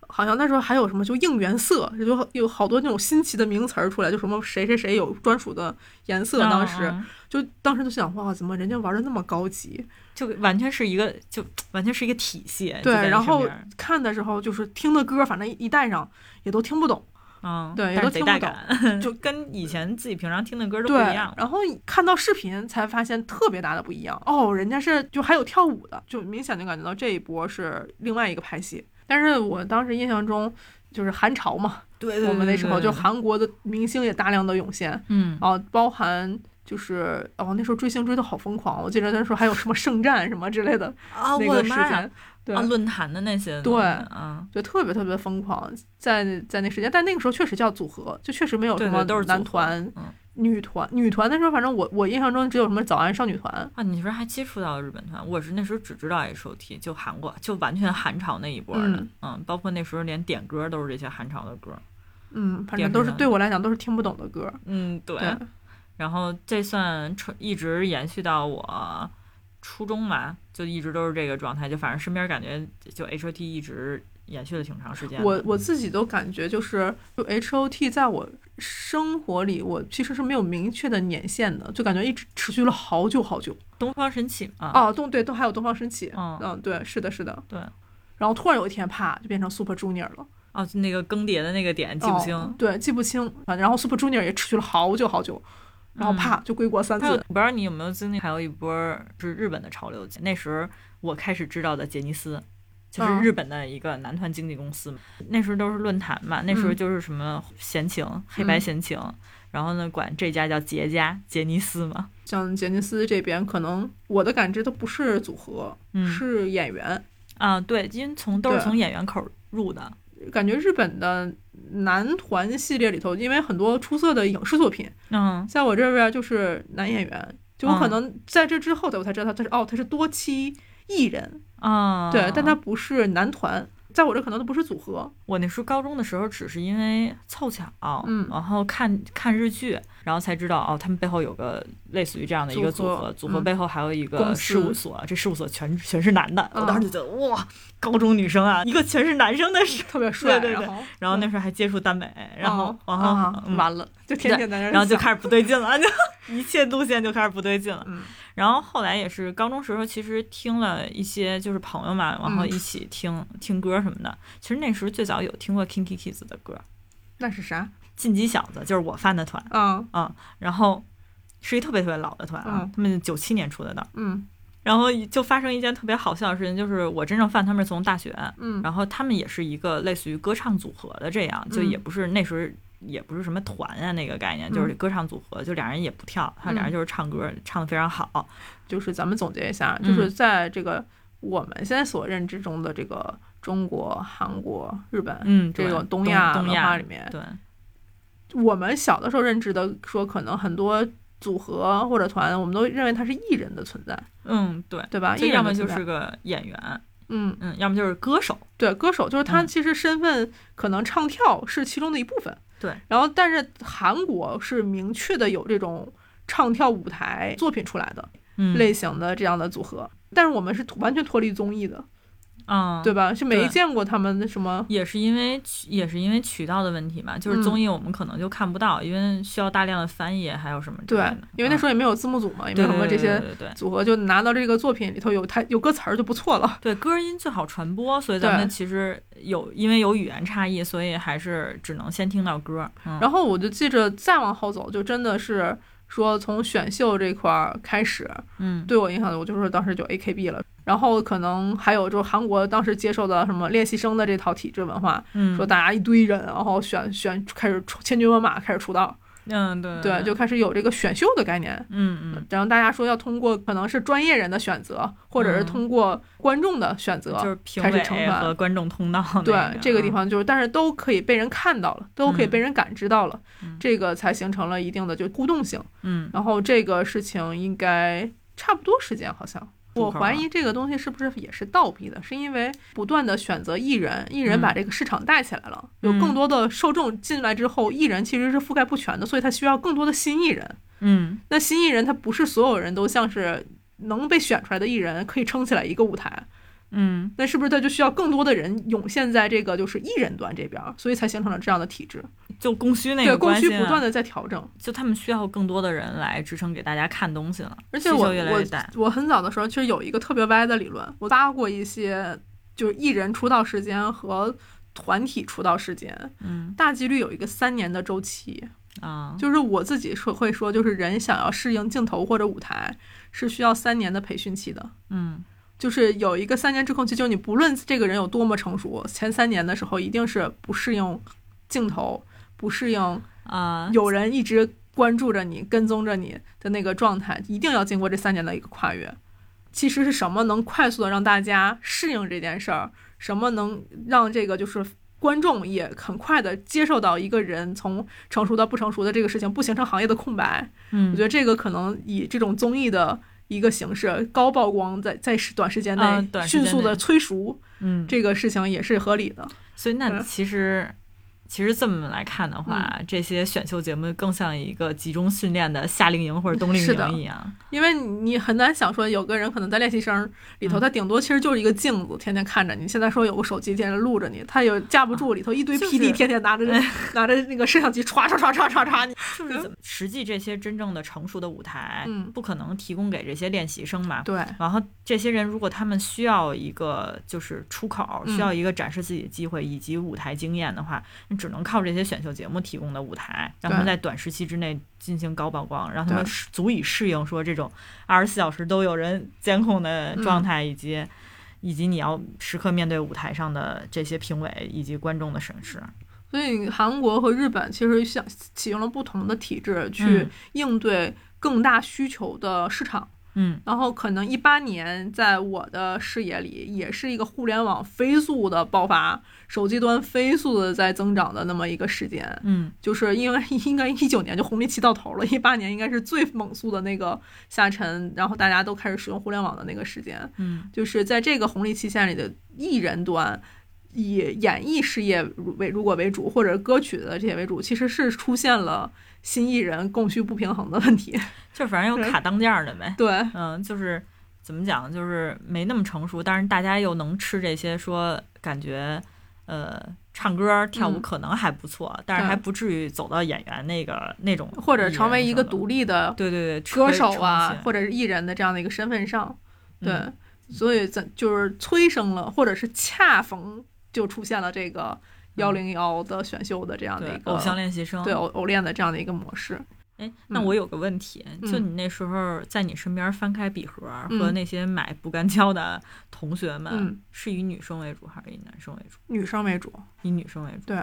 Speaker 1: 好像那时候还有什么就应援色，就有好多那种新奇的名词儿出来，就什么谁谁谁有专属的颜色，
Speaker 2: 啊
Speaker 1: 当时、
Speaker 2: 啊
Speaker 1: 就当时就想哇，怎么人家玩的那么高级？
Speaker 2: 就完全是一个，就完全是一个体系。就
Speaker 1: 对
Speaker 2: 在你
Speaker 1: 然
Speaker 2: 身
Speaker 1: 后
Speaker 2: 边儿
Speaker 1: 看的时候就是听的歌，反正一带上也都听不懂。
Speaker 2: 嗯，
Speaker 1: 对
Speaker 2: 但
Speaker 1: 都
Speaker 2: 是
Speaker 1: 听
Speaker 2: 贼
Speaker 1: 不
Speaker 2: 带
Speaker 1: 懂
Speaker 2: 感，
Speaker 1: 就
Speaker 2: 就跟以前自己平常听的歌都不
Speaker 1: 对
Speaker 2: 一样，了。
Speaker 1: 然后看到视频才发现特别大的不一样哦，人家是就还有跳舞的，就明显就感觉到这一波是另外一个派系。但是我当时印象中就是韩潮嘛，
Speaker 2: 对
Speaker 1: 我们那时候就
Speaker 2: 对
Speaker 1: 韩国的明星也大量的涌现，
Speaker 2: 嗯，
Speaker 1: 哦，包含。就是哦，那时候追星追的好疯狂，我记得那时候还有什么圣战什么之类的
Speaker 2: 啊，
Speaker 1: 那
Speaker 2: 我
Speaker 1: 个
Speaker 2: 的
Speaker 1: 时
Speaker 2: 妈呀
Speaker 1: 间，，对，
Speaker 2: 啊，论坛的那些，
Speaker 1: 对
Speaker 2: 啊，
Speaker 1: 就特别特别疯狂，在在那时间，但那个时候确实叫组合，就确实没有
Speaker 2: 对
Speaker 1: 什
Speaker 2: 对
Speaker 1: 么
Speaker 2: 都是组
Speaker 1: 男
Speaker 2: 合
Speaker 1: 团、
Speaker 2: 嗯
Speaker 1: 女团。女团那时候，反正我我印象中只有什么早安少女团，
Speaker 2: 啊，你是不是还接触到日本团？我是那时候只知道 H O T，就韩国，就完全韩潮那一波的，
Speaker 1: 嗯
Speaker 2: 嗯包括那时候连点歌都是这些韩潮的歌，
Speaker 1: 嗯，反正
Speaker 2: 点
Speaker 1: 都
Speaker 2: 什
Speaker 1: 是
Speaker 2: 么
Speaker 1: 对我来讲都是听不懂的歌。
Speaker 2: 嗯，对。
Speaker 1: 对，
Speaker 2: 然后这算传一直延续到我初中吧，就一直都是这个状态，就反正身边感觉就 H O T 一直延续了挺长时间的。
Speaker 1: 我我自己都感觉就是，就 H O T 在我生活里，我其实是没有明确的年限的，就感觉一直持续了好久好久。
Speaker 2: 东方神起嘛，
Speaker 1: 哦，东对，都还有东方神起，
Speaker 2: 嗯
Speaker 1: 嗯，对，是的，是的，
Speaker 2: 啊对。
Speaker 1: 然后突然有一天，啪，就变成 Super Junior 了，
Speaker 2: 哦，就那个更迭的那个点记不清。
Speaker 1: 哦对，记不清。反正然后 Super Junior 也持续了好久好久，然后啪就归国三
Speaker 2: 嗯还有，
Speaker 1: 次。
Speaker 2: 我不知道你有没有经历，还有一波是日本的潮流界。那时候我开始知道的杰尼斯，就是
Speaker 1: 嗯
Speaker 2: 日本的一个男团经纪公司嘛。那时候都是论坛嘛，那时候
Speaker 1: 嗯
Speaker 2: 就是什么闲情、黑白闲情，然后呢管这家叫杰家杰尼斯嘛。
Speaker 1: 像杰尼斯这边，可能我的感知都不是组合，
Speaker 2: 嗯
Speaker 1: 是演员。
Speaker 2: 啊，对，因为从都是
Speaker 1: 对
Speaker 2: 从演员口入的。
Speaker 1: 感觉日本的男团系列里头，因为很多出色的影视作品，
Speaker 2: 嗯，
Speaker 1: 在我这边就是男演员，就我可能在这之后的我才知道他是哦，他是多栖艺人，
Speaker 2: 啊，
Speaker 1: 对，但他不是男团，在我这可能都不是组合，
Speaker 2: 我那时候高中的时候，只是因为凑巧，
Speaker 1: 嗯
Speaker 2: 然后看看日剧，然后才知道哦，他们背后有个类似于这样的一个组
Speaker 1: 组合
Speaker 2: 合，组合
Speaker 1: 嗯
Speaker 2: 背后还有一个
Speaker 1: 公司
Speaker 2: 事务所，这事务所全全是男的，
Speaker 1: 嗯
Speaker 2: 我当时就觉得哇，高中女生啊，一个全是男生的事。
Speaker 1: 特别帅，
Speaker 2: 对对对
Speaker 1: 然后
Speaker 2: 然后那时候还接触耽美，然后
Speaker 1: 哦
Speaker 2: 然
Speaker 1: 啊
Speaker 2: 后嗯
Speaker 1: 完了，就天天在那儿想，
Speaker 2: 然后就开始不对劲了， [LAUGHS] 就一切路线就开始不对劲了。
Speaker 1: 嗯
Speaker 2: [LAUGHS] 然后后来也是高中时候，其实听了一些就是朋友嘛，然后
Speaker 1: 嗯
Speaker 2: 一起听、听歌什么的。其实那时候最早有听过 Kinky Kids 的歌，
Speaker 1: 那是啥？
Speaker 2: 晋级小子就是我犯的团，
Speaker 1: 嗯
Speaker 2: 然后是一特别特别老的团啊，
Speaker 1: 嗯
Speaker 2: 他们九七年出的道。
Speaker 1: 嗯
Speaker 2: 然后就发生一件特别好笑的事情，就是我真正犯他们是从大学，
Speaker 1: 嗯
Speaker 2: 然后他们也是一个类似于歌唱组合的这样，就
Speaker 1: 嗯
Speaker 2: 也不是那时候。也不是什么团啊，那个概念就是歌唱组合，就俩人也不跳，他俩人就是唱歌，唱的非常好。
Speaker 1: 就是咱们总结一下，
Speaker 2: 嗯
Speaker 1: 就是在这个我们现在所认知中的这个中国、韩国、日本、
Speaker 2: 嗯，
Speaker 1: 这
Speaker 2: 对
Speaker 1: 种
Speaker 2: 东
Speaker 1: 亚呃
Speaker 2: 东
Speaker 1: 文化
Speaker 2: 亚
Speaker 1: 里面，
Speaker 2: 对，
Speaker 1: 我们小的时候认知的，说可能很多组合或者团，我们都认为它是艺人的存在，
Speaker 2: 嗯对，
Speaker 1: 对吧？
Speaker 2: 这
Speaker 1: 啊艺
Speaker 2: 要
Speaker 1: 人
Speaker 2: 么
Speaker 1: 的
Speaker 2: 就
Speaker 1: 存在
Speaker 2: 是个演员，
Speaker 1: 嗯，
Speaker 2: 嗯，要么就是歌手，
Speaker 1: 对，歌手就是他，
Speaker 2: 嗯
Speaker 1: 其实身份可能唱跳是其中的一部分。
Speaker 2: 对，
Speaker 1: 然后但是韩国是明确的有这种唱跳舞台作品出来的
Speaker 2: 嗯，
Speaker 1: 类型的这样的组合，但是我们是脱完全脱离综艺的，
Speaker 2: 啊，
Speaker 1: 对吧？是没
Speaker 2: 对
Speaker 1: 见过他们的什么，
Speaker 2: 也是因为渠也是因为渠道的问题嘛，就是
Speaker 1: 嗯
Speaker 2: 综艺我们可能就看不到，因为需要大量的翻译，还有什么之
Speaker 1: 对
Speaker 2: 类的，
Speaker 1: 因为那时
Speaker 2: 候
Speaker 1: 候也没有字幕组嘛，也没
Speaker 2: 嗯对
Speaker 1: 有什么这
Speaker 2: 对
Speaker 1: 些
Speaker 2: 对对对
Speaker 1: 组合，就拿到这个作品里头有它有歌词儿就不错了。
Speaker 2: 对歌音最好传播，所以咱
Speaker 1: 对
Speaker 2: 们其实有因为有语言差异，所以还是只能先听到歌。嗯，
Speaker 1: 然后我就记着再往后走，就真的是说从选秀这块儿开始，
Speaker 2: 嗯
Speaker 1: 对我影响的，我就说当时就 A K B 了。然后可能还有就是韩国当时接受的什么练习生的这套体制文化，
Speaker 2: 嗯
Speaker 1: 说大家一堆人，然后选选开始出千军万马开始出道，
Speaker 2: 嗯对
Speaker 1: 对，就开始有这个选秀的概念。
Speaker 2: 嗯嗯，
Speaker 1: 然后大家说要通过可能是专业人的选择，或者是
Speaker 2: 嗯
Speaker 1: 通过观众的选择，
Speaker 2: 就是评
Speaker 1: 开始
Speaker 2: 委
Speaker 1: 惩罚
Speaker 2: 和观众通道那
Speaker 1: 对这个地
Speaker 2: 嗯
Speaker 1: 方就是，但是都可以被人看到了，都可以
Speaker 2: 嗯
Speaker 1: 被人感知到了，
Speaker 2: 嗯
Speaker 1: 这个才形成了一定的就互动性。
Speaker 2: 嗯
Speaker 1: 然后这个事情应该差不多时间，好像
Speaker 2: 出口
Speaker 1: 我
Speaker 2: 啊
Speaker 1: 怀疑这个东西是不是也是倒逼的，是因为不断的选择艺人，艺人
Speaker 2: 嗯
Speaker 1: 把这个市场带起来了，
Speaker 2: 嗯
Speaker 1: 有更多的受众进来之后，艺人其实是覆盖不全的，所以他需要更多的新艺人。
Speaker 2: 嗯
Speaker 1: 那新艺人他不是所有人都像是。能被选出来的艺人可以撑起来一个舞台，
Speaker 2: 嗯
Speaker 1: 那是不是他就需要更多的人涌现在这个就是艺人端这边儿，所以才形成了这样的体制？
Speaker 2: 就供需那
Speaker 1: 对，
Speaker 2: 个
Speaker 1: 供
Speaker 2: 关系
Speaker 1: 需
Speaker 2: 啊、
Speaker 1: 不断的在调整。
Speaker 2: 就他们需要更多的人来支撑给大家看东西了，
Speaker 1: 而且
Speaker 2: 需求
Speaker 1: 我
Speaker 2: 越来越大。
Speaker 1: 我很早的时候其实有一个特别歪的理论，我发过一些就是艺人出道时间和团体出道时间，
Speaker 2: 嗯
Speaker 1: 大几率有一个三年的周期。
Speaker 2: 啊，
Speaker 1: 就是我自己说会说，就是人想要适应镜头或者舞台，是需要三年的培训期的。
Speaker 2: 嗯
Speaker 1: 就是有一个三年滞空期，就是你不论这个人有多么成熟，前三年的时候一定是不适应镜头，不适应
Speaker 2: 啊，
Speaker 1: 有人一直关注着你、跟踪着你的那个状态，一定要经过这三年的一个跨越。其实是什么能快速的让大家适应这件事儿？什么能让这个就是观众也很快的接受到一个人从成熟到不成熟的这个事情，不形成行业的空白？
Speaker 2: 嗯，
Speaker 1: 我觉得这个可能以这种综艺的一个形式，高曝光在在时短时间
Speaker 2: 啊
Speaker 1: 内
Speaker 2: 短时间
Speaker 1: 迅速的
Speaker 2: 内
Speaker 1: 催熟，
Speaker 2: 嗯，
Speaker 1: 这个事情也是合理的。
Speaker 2: 所以那其实。其实这么来看的话，这些选秀节目更像一个集中训练的夏令营或者冬令
Speaker 1: 是的
Speaker 2: 营一样。
Speaker 1: 因为你很难想说有个人可能在练习生里头，
Speaker 2: 嗯
Speaker 1: 他顶多其实就是一个镜子，天天看着你。现在说有个手机天天录着你，他也架不住里头一堆
Speaker 2: 啊就是哎
Speaker 1: PD 天天拿
Speaker 2: [LAUGHS]
Speaker 1: 着拿着那个摄像机唰唰唰唰唰唰，你
Speaker 2: 就是怎么实际这些真正的成熟的舞台，
Speaker 1: 嗯
Speaker 2: 不可能提供给这些练习生嘛。
Speaker 1: 对
Speaker 2: 然后这些人如果他们需要一个就是出口，
Speaker 1: 嗯
Speaker 2: 需要一个展示自己的机会以及舞台经验的话，你只能靠这些选秀节目提供的舞台，让他们
Speaker 1: 对
Speaker 2: 在短时期之内进行高曝光，让他们
Speaker 1: 对
Speaker 2: 适足以适应说这种二十四小时都有人监控的
Speaker 1: 嗯
Speaker 2: 状态，以及、以及你要时刻面对舞台上的这些评委以及观众的审视。
Speaker 1: 所以韩国和日本其实想启用了不同的体制去
Speaker 2: 嗯
Speaker 1: 应对更大需求的市场。
Speaker 2: 嗯
Speaker 1: 然后可能一八年在我的视野里也是一个互联网飞速的爆发，手机端飞速的在增长的那么一个时间。
Speaker 2: 嗯
Speaker 1: 就是因为 [LAUGHS] 应该一九年就红利期到头了，一八年应该是最猛速的那个下沉，然后大家都开始使用互联网的那个时间，
Speaker 2: 嗯
Speaker 1: 就是在这个红利期限里的艺人端。以演艺事业为如果为主，或者歌曲的这些为主，其实是出现了新艺人供需不平衡的问题。
Speaker 2: 就反正有卡当件儿的呗。
Speaker 1: 对，
Speaker 2: 嗯，就是怎么讲，就是没那么成熟，但是大家又能吃这些，说感觉呃唱歌儿跳舞
Speaker 1: 嗯
Speaker 2: 可能还不错，但是
Speaker 1: 对
Speaker 2: 还不至于走到演员那个那种，
Speaker 1: 或者成为一个
Speaker 2: 独
Speaker 1: 独立的
Speaker 2: 对对对
Speaker 1: 歌手啊，
Speaker 2: 者
Speaker 1: 或者是艺人的这样的一个身份上，对，
Speaker 2: 嗯
Speaker 1: 所以咱就是催生了，或者是恰逢就出现了这个
Speaker 2: 嗯
Speaker 1: 幺零幺的选秀的这样的
Speaker 2: 对
Speaker 1: 一个
Speaker 2: 偶像练习生
Speaker 1: 对偶偶练的这样的一个模式。
Speaker 2: 哎，那我有个问题，
Speaker 1: 嗯
Speaker 2: 就你那时候在你身边翻开笔盒儿
Speaker 1: 嗯
Speaker 2: 和那些买不干胶的同学们，
Speaker 1: 嗯
Speaker 2: 是以女生为主还是以男生为主？
Speaker 1: 女生为主，
Speaker 2: 以女生为主。
Speaker 1: 对，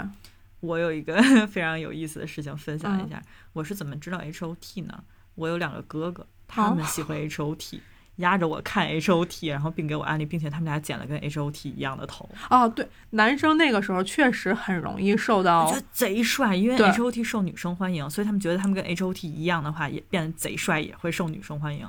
Speaker 2: 我有一个 [LAUGHS] 非常有意思的事情分
Speaker 1: 嗯
Speaker 2: 享一下，我是怎么知道 HOT 呢？我有两个哥哥，他们喜欢 HOT，、压着我看 HOT，然后并给我安利，并且他们俩剪了跟 HOT 一样的头，
Speaker 1: 哦，对，男生那个时候确实很容易受
Speaker 2: 我
Speaker 1: 到
Speaker 2: 觉，得贼帅，因为
Speaker 1: 对
Speaker 2: HOT 受女生欢迎，所以他们觉得他们跟 HOT 一样的话，也变得贼帅，也会受女生欢迎。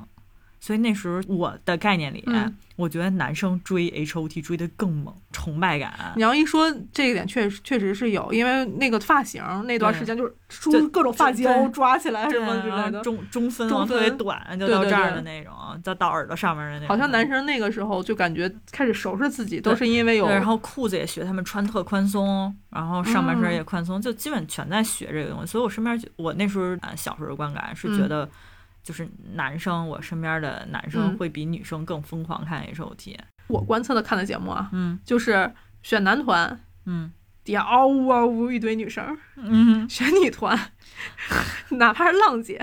Speaker 2: 所以那时候我的概念里，
Speaker 1: 嗯
Speaker 2: 我觉得男生追 HOT 追得更猛，崇拜感
Speaker 1: 你。要一说这一点确，实确实是有，因为那个发型那段时间就是
Speaker 2: 就
Speaker 1: 梳各种发
Speaker 2: 就
Speaker 1: 胶
Speaker 2: 对
Speaker 1: 抓起来什
Speaker 2: 对
Speaker 1: 么之类
Speaker 2: 然后
Speaker 1: 的，
Speaker 2: 啊中中分
Speaker 1: 中
Speaker 2: 往特别
Speaker 1: 分
Speaker 2: 短，就
Speaker 1: 对
Speaker 2: 到
Speaker 1: 对
Speaker 2: 这儿的
Speaker 1: 对
Speaker 2: 那种，就到耳朵上面的那种。
Speaker 1: 好像男生那个时候就感觉开始收拾自己，都
Speaker 2: 对
Speaker 1: 是因为有
Speaker 2: 对，然后裤子也学他们穿特宽松，然后上半身
Speaker 1: 嗯
Speaker 2: 也宽松，就基本全在学这个东西。所以我身边就，我那时候啊小时候的观感是觉
Speaker 1: 嗯
Speaker 2: 得，就是男生，我身边的男
Speaker 1: 嗯
Speaker 2: 生会比女生更疯狂看 H O T。
Speaker 1: 我观测的看的节目啊，
Speaker 2: 嗯
Speaker 1: 就是选男团
Speaker 2: 嗯
Speaker 1: 底下嗷呜嗷呜一堆女生，
Speaker 2: 嗯，
Speaker 1: 选女团 [LAUGHS] 哪怕是浪姐，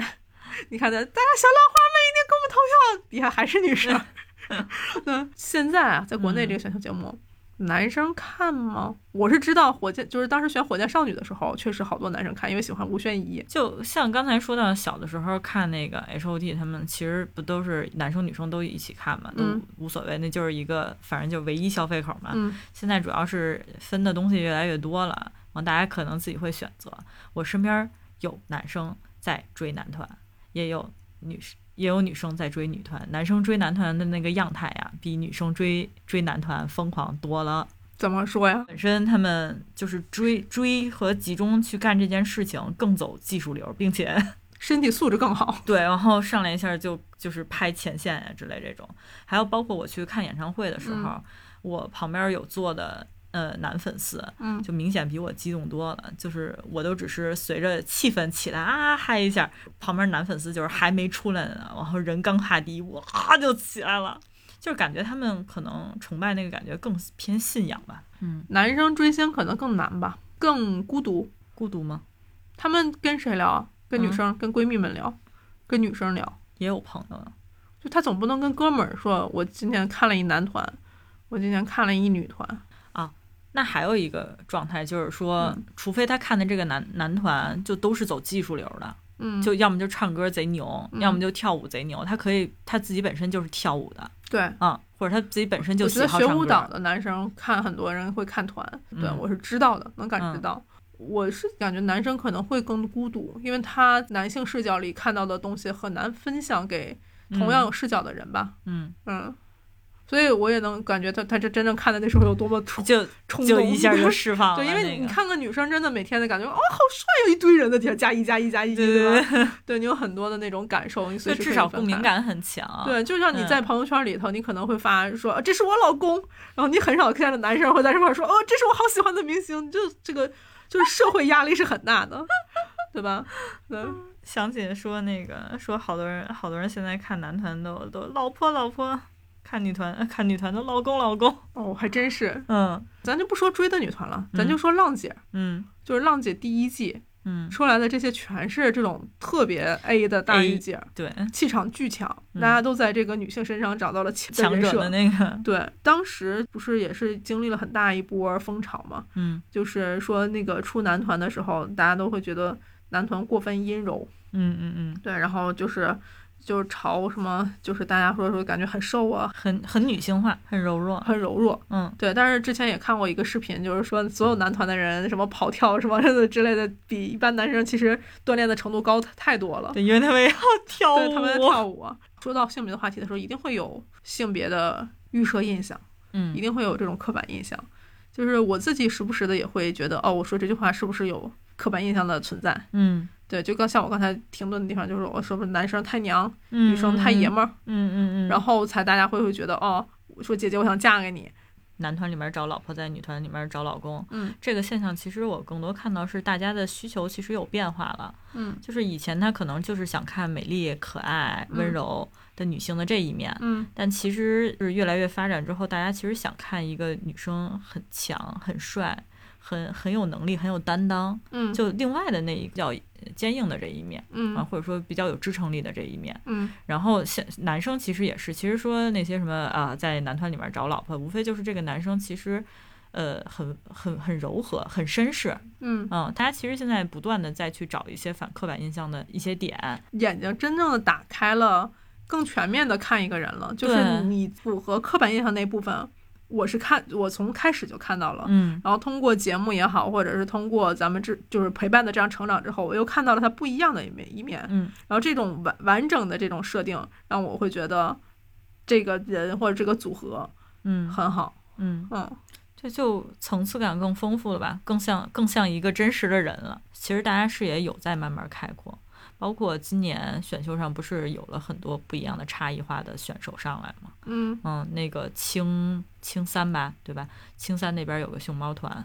Speaker 1: 你看咱大家小浪花们一定给我们投票，底下还是女生。 [LAUGHS] 嗯，现在啊，在国内这个选秀节目。男生看吗？我是知道火箭，就是当时选火箭少女的时候，确实好多男生看，因为喜欢吴宣仪。
Speaker 2: 就像刚才说到，小的时候看那个 H O T，他们其实不都是男生女生都一起看嘛，都
Speaker 1: 嗯
Speaker 2: 无所谓，那就是一个反正就是唯一消费口嘛。
Speaker 1: 嗯
Speaker 2: 现在主要是分的东西越来越多了，然后大家可能自己会选择。我身边有男生在追男团，也有女也有女生在追女团，男生追男团的那个样态呀、比女生追追男团疯狂多了。
Speaker 1: 怎么说呀？
Speaker 2: 本身他们就是追追和集中去干这件事情，更走技术流，并且
Speaker 1: 身体素质更好。
Speaker 2: 对，然后上来一下就就是拍前线呀之类这种，还有包括我去看演唱会的时候，我旁边有坐的呃男粉丝，
Speaker 1: 嗯，
Speaker 2: 就明显比我激动多了，就是我都只是随着气氛起来啊嗨一下，旁边男粉丝就是还没出来呢，然后人刚踏地，我啊就起来了，就是感觉他们可能崇拜那个感觉更偏信仰吧，嗯，
Speaker 1: 男生追星可能更难吧，更孤独。
Speaker 2: 孤独吗？
Speaker 1: 他们跟谁聊啊？跟女
Speaker 2: 嗯
Speaker 1: 生、跟闺蜜们聊，跟女生聊。
Speaker 2: 也有朋友呢，
Speaker 1: 就他总不能跟哥们儿说，我今天看了一男团，我今天看了一女团。
Speaker 2: 那还有一个状态就是说，除非他看的这个男男团就都是走技术流的，
Speaker 1: 嗯，
Speaker 2: 就要么就唱歌贼牛，
Speaker 1: 嗯
Speaker 2: 要么就跳舞贼牛，他可以他自己本身就是跳舞的
Speaker 1: 对。
Speaker 2: 啊、或者他自己本身就
Speaker 1: 我觉
Speaker 2: 喜
Speaker 1: 得
Speaker 2: 好
Speaker 1: 学
Speaker 2: 唱歌。
Speaker 1: 舞蹈的男生看很多人会看团，对
Speaker 2: 嗯
Speaker 1: 我是知道的，能感知到。我是感觉男生可能会更孤独，因为他男性视角里看到的东西很难分享给同样有视角的人吧。
Speaker 2: 嗯，
Speaker 1: 嗯，所以我也能感觉他他这真正看的那时候有多么
Speaker 2: 嗯
Speaker 1: 冲
Speaker 2: 就
Speaker 1: 冲
Speaker 2: 就
Speaker 1: 动，
Speaker 2: 一下就释放了、
Speaker 1: [LAUGHS] 对，因
Speaker 2: 哦那
Speaker 1: 为你
Speaker 2: 个
Speaker 1: 看个女生，真的每天的感觉，哦，好帅呀，一堆人的天，加一加一加一，
Speaker 2: 对
Speaker 1: 对
Speaker 2: 对
Speaker 1: 吧？ [LAUGHS] 对你有很多的那种感受，你随
Speaker 2: 就
Speaker 1: 时
Speaker 2: 至
Speaker 1: 可以
Speaker 2: 少
Speaker 1: 分
Speaker 2: 共鸣
Speaker 1: 开。
Speaker 2: 感很强。，
Speaker 1: 对，就像你在
Speaker 2: 嗯
Speaker 1: 朋友圈里头，你可能会发说啊这是我老公，然后你很少看到男生会在这块儿说哦，这是我好喜欢的明星，就这个就是社会压力是很大的，对吧？对，
Speaker 2: 想起说那个说好多人好多人现在看男团都都老婆老婆，看女团看女团都老公老公。 [LAUGHS]
Speaker 1: 哦，还真是，
Speaker 2: 嗯
Speaker 1: 咱就不说追的女团了，咱
Speaker 2: 嗯
Speaker 1: 就说浪姐，
Speaker 2: 嗯
Speaker 1: 就是浪姐第一季
Speaker 2: 嗯，
Speaker 1: 出来的这些全是这种特别 A 的大
Speaker 2: A
Speaker 1: 御姐，
Speaker 2: 对，
Speaker 1: 气场巨强，
Speaker 2: 嗯
Speaker 1: 大家都在这个女性身上找到了强
Speaker 2: 强
Speaker 1: 人
Speaker 2: 者
Speaker 1: 设
Speaker 2: 的那个，
Speaker 1: 对，当时不是也是经历了很大一波风潮嘛？
Speaker 2: 嗯
Speaker 1: 就是说那个出男团的时候，大家都会觉得男团过分阴柔，
Speaker 2: 嗯嗯嗯，
Speaker 1: 对，然后就是就是朝什么，就是大家说说感觉很瘦啊，
Speaker 2: 很很女性化，很柔弱。
Speaker 1: 很柔弱。
Speaker 2: 嗯，
Speaker 1: 对，但是之前也看过一个视频，就是说所有男团的人什么跑跳什么 [LAUGHS] 之类的，比一般男生其实锻炼的程度高太多了。
Speaker 2: 对，因为他们要
Speaker 1: [LAUGHS]
Speaker 2: 跳
Speaker 1: 对，他们在
Speaker 2: 舞。
Speaker 1: 跳舞啊。说到性别的话题的时候，一定会有性别的预设印象，一
Speaker 2: 嗯
Speaker 1: 定会有这种刻板印象。就是我自己时不时的也会觉得，哦，我说这句话是不是有刻板印象的存在？
Speaker 2: 嗯
Speaker 1: 对，就刚像我刚才停顿的地方，就是我说不是男生太娘，
Speaker 2: 嗯，
Speaker 1: 女生太爷们儿，
Speaker 2: 嗯。嗯嗯嗯，
Speaker 1: 然
Speaker 2: 后
Speaker 1: 后才大家会会觉得，哦，我说姐姐我想嫁给你，
Speaker 2: 男团里面找老婆，在女团里面找老公。
Speaker 1: 嗯
Speaker 2: 这个现象其实我更多看到是大家的需求其实有变化了，
Speaker 1: 嗯
Speaker 2: 就是以前他可能就是想看美丽、可爱、
Speaker 1: 嗯
Speaker 2: 温柔的女性的这一面，
Speaker 1: 嗯
Speaker 2: 但其实是越来越发展之后，大家其实想看一个女生很强、很帅、很很有能力、很有担当，
Speaker 1: 嗯
Speaker 2: 就另外的那一比较坚硬的这一面啊，
Speaker 1: 嗯
Speaker 2: 或者说比较有支撑力的这一面。
Speaker 1: 嗯
Speaker 2: 然后像男生其实也是，其实说那些什么啊，在男团里面找老婆，无非就是这个男生其实。呃，很很很柔和，很绅士，
Speaker 1: 嗯，
Speaker 2: 嗯，大家其实现在不断的再去找一些反刻板印象的一些点，
Speaker 1: 眼睛真正的打开了，更全面的看一个人了，就是
Speaker 2: 对
Speaker 1: 你符合刻板印象那部分，我是看我从开始就看到了。
Speaker 2: 嗯，
Speaker 1: 然后通过节目也好，或者是通过咱们这就是陪伴的这样成长之后，我又看到了他不一样的一面一面。
Speaker 2: 嗯，
Speaker 1: 然后这种完完整的这种设定，让我会觉得这个人或者这个组合
Speaker 2: 嗯
Speaker 1: 很好。
Speaker 2: 嗯，
Speaker 1: 嗯
Speaker 2: 这就层次感更丰富了吧，更像更像一个真实的人了。其实大家视野有在慢慢开阔，包括今年选秀上不是有了很多不一样的差异化的选手上来嘛？
Speaker 1: 嗯
Speaker 2: 嗯，那个青青三吧，对吧？青三那边有个熊猫团，，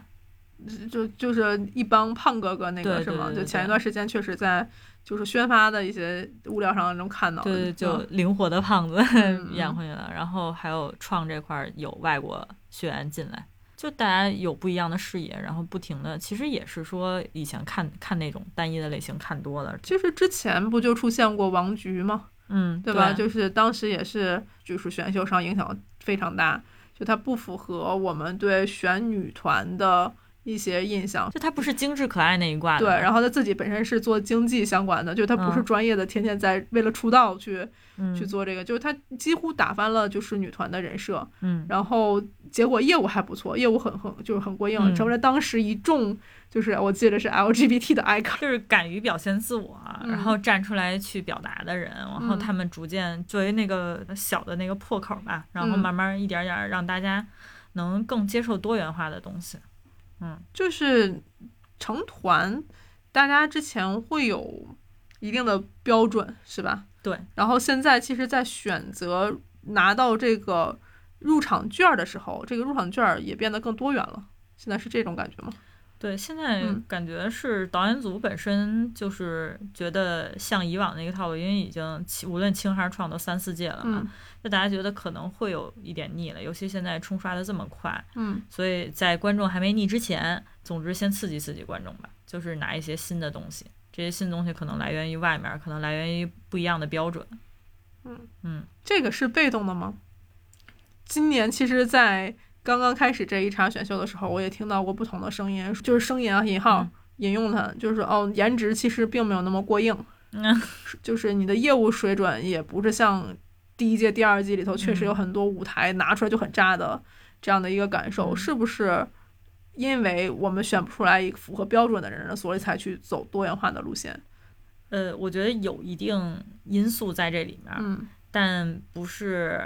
Speaker 1: 嗯就就是一帮胖哥哥那个
Speaker 2: 对
Speaker 1: 是吗？
Speaker 2: 对对
Speaker 1: 就
Speaker 2: 对
Speaker 1: 前一段时间确实在就是宣发的一些物料上能看到的。
Speaker 2: 对，就
Speaker 1: 嗯
Speaker 2: 灵活的胖子 [LAUGHS]
Speaker 1: 嗯
Speaker 2: 演回去了。然后还有创这块儿有外国学员进来，就大家有不一样的视野，然后不停的，其实也是说以前看看那种单一的类型看多了，
Speaker 1: 就是之前不就出现过王菊吗？
Speaker 2: 嗯，
Speaker 1: 对吧？就是当时也是就是选秀上影响非常大，就它不符合我们对选女团的一些印象。
Speaker 2: 就他不是精致可爱那一挂的
Speaker 1: 对，
Speaker 2: 嘛，
Speaker 1: 然后他自己本身是做经济相关的，就是他不是
Speaker 2: 嗯
Speaker 1: 专业的，天天在为了出道去、
Speaker 2: 嗯
Speaker 1: 去做这个，就是他几乎打翻了就是女团的人设。
Speaker 2: 嗯
Speaker 1: 然后结果业务还不错，业务很很就是很过硬，
Speaker 2: 嗯
Speaker 1: 成为了当时一众就是我记得是 LGBT 的 icon。
Speaker 2: 就是敢于表现自我，啊
Speaker 1: 嗯
Speaker 2: 然后站出来去表达的人，然后
Speaker 1: 嗯
Speaker 2: 他们逐渐作为那个小的那个破口吧，然后
Speaker 1: 嗯
Speaker 2: 慢慢一点点儿让大家能更接受多元化的东西。
Speaker 1: 就是成团，大家之前会有一定的标准，是吧？
Speaker 2: 对。
Speaker 1: 然后现在其实，在选择拿到这个入场券的时候，这个入场券也变得更多元了。现在是这种感觉吗？
Speaker 2: 对，现在
Speaker 1: 嗯
Speaker 2: 感觉是导演组本身就是觉得像以往那个套路，因为已经起无论清还是创都三四届了嘛，
Speaker 1: 嗯
Speaker 2: 就大家觉得可能会有一点腻了，尤其现在冲刷的这么快，
Speaker 1: 嗯
Speaker 2: 所以在观众还没腻之前，总之先刺激刺激观众吧，就是拿一些新的东西，这些新东西可能来源于外面，可能来源于不一样的标准。
Speaker 1: 嗯
Speaker 2: 嗯
Speaker 1: 这个是被动的吗？今年其实，在刚刚开始这一场选秀的时候，我也听到过不同的声音，就是声音啊引号、
Speaker 2: 嗯
Speaker 1: 引用它，就是说哦，颜值其实并没有那么过硬，
Speaker 2: 嗯 [LAUGHS]
Speaker 1: 就是你的业务水准也不是像第一届、第二季里头确
Speaker 2: 嗯
Speaker 1: 实有很多舞台拿出来就很炸的这样的一个感受，
Speaker 2: 嗯
Speaker 1: 是不是？因为我们选不出来一个符合标准的人了，所以才去走多元化的路线。
Speaker 2: 呃，我觉得有一定因素在这里面，
Speaker 1: 嗯，
Speaker 2: 但不是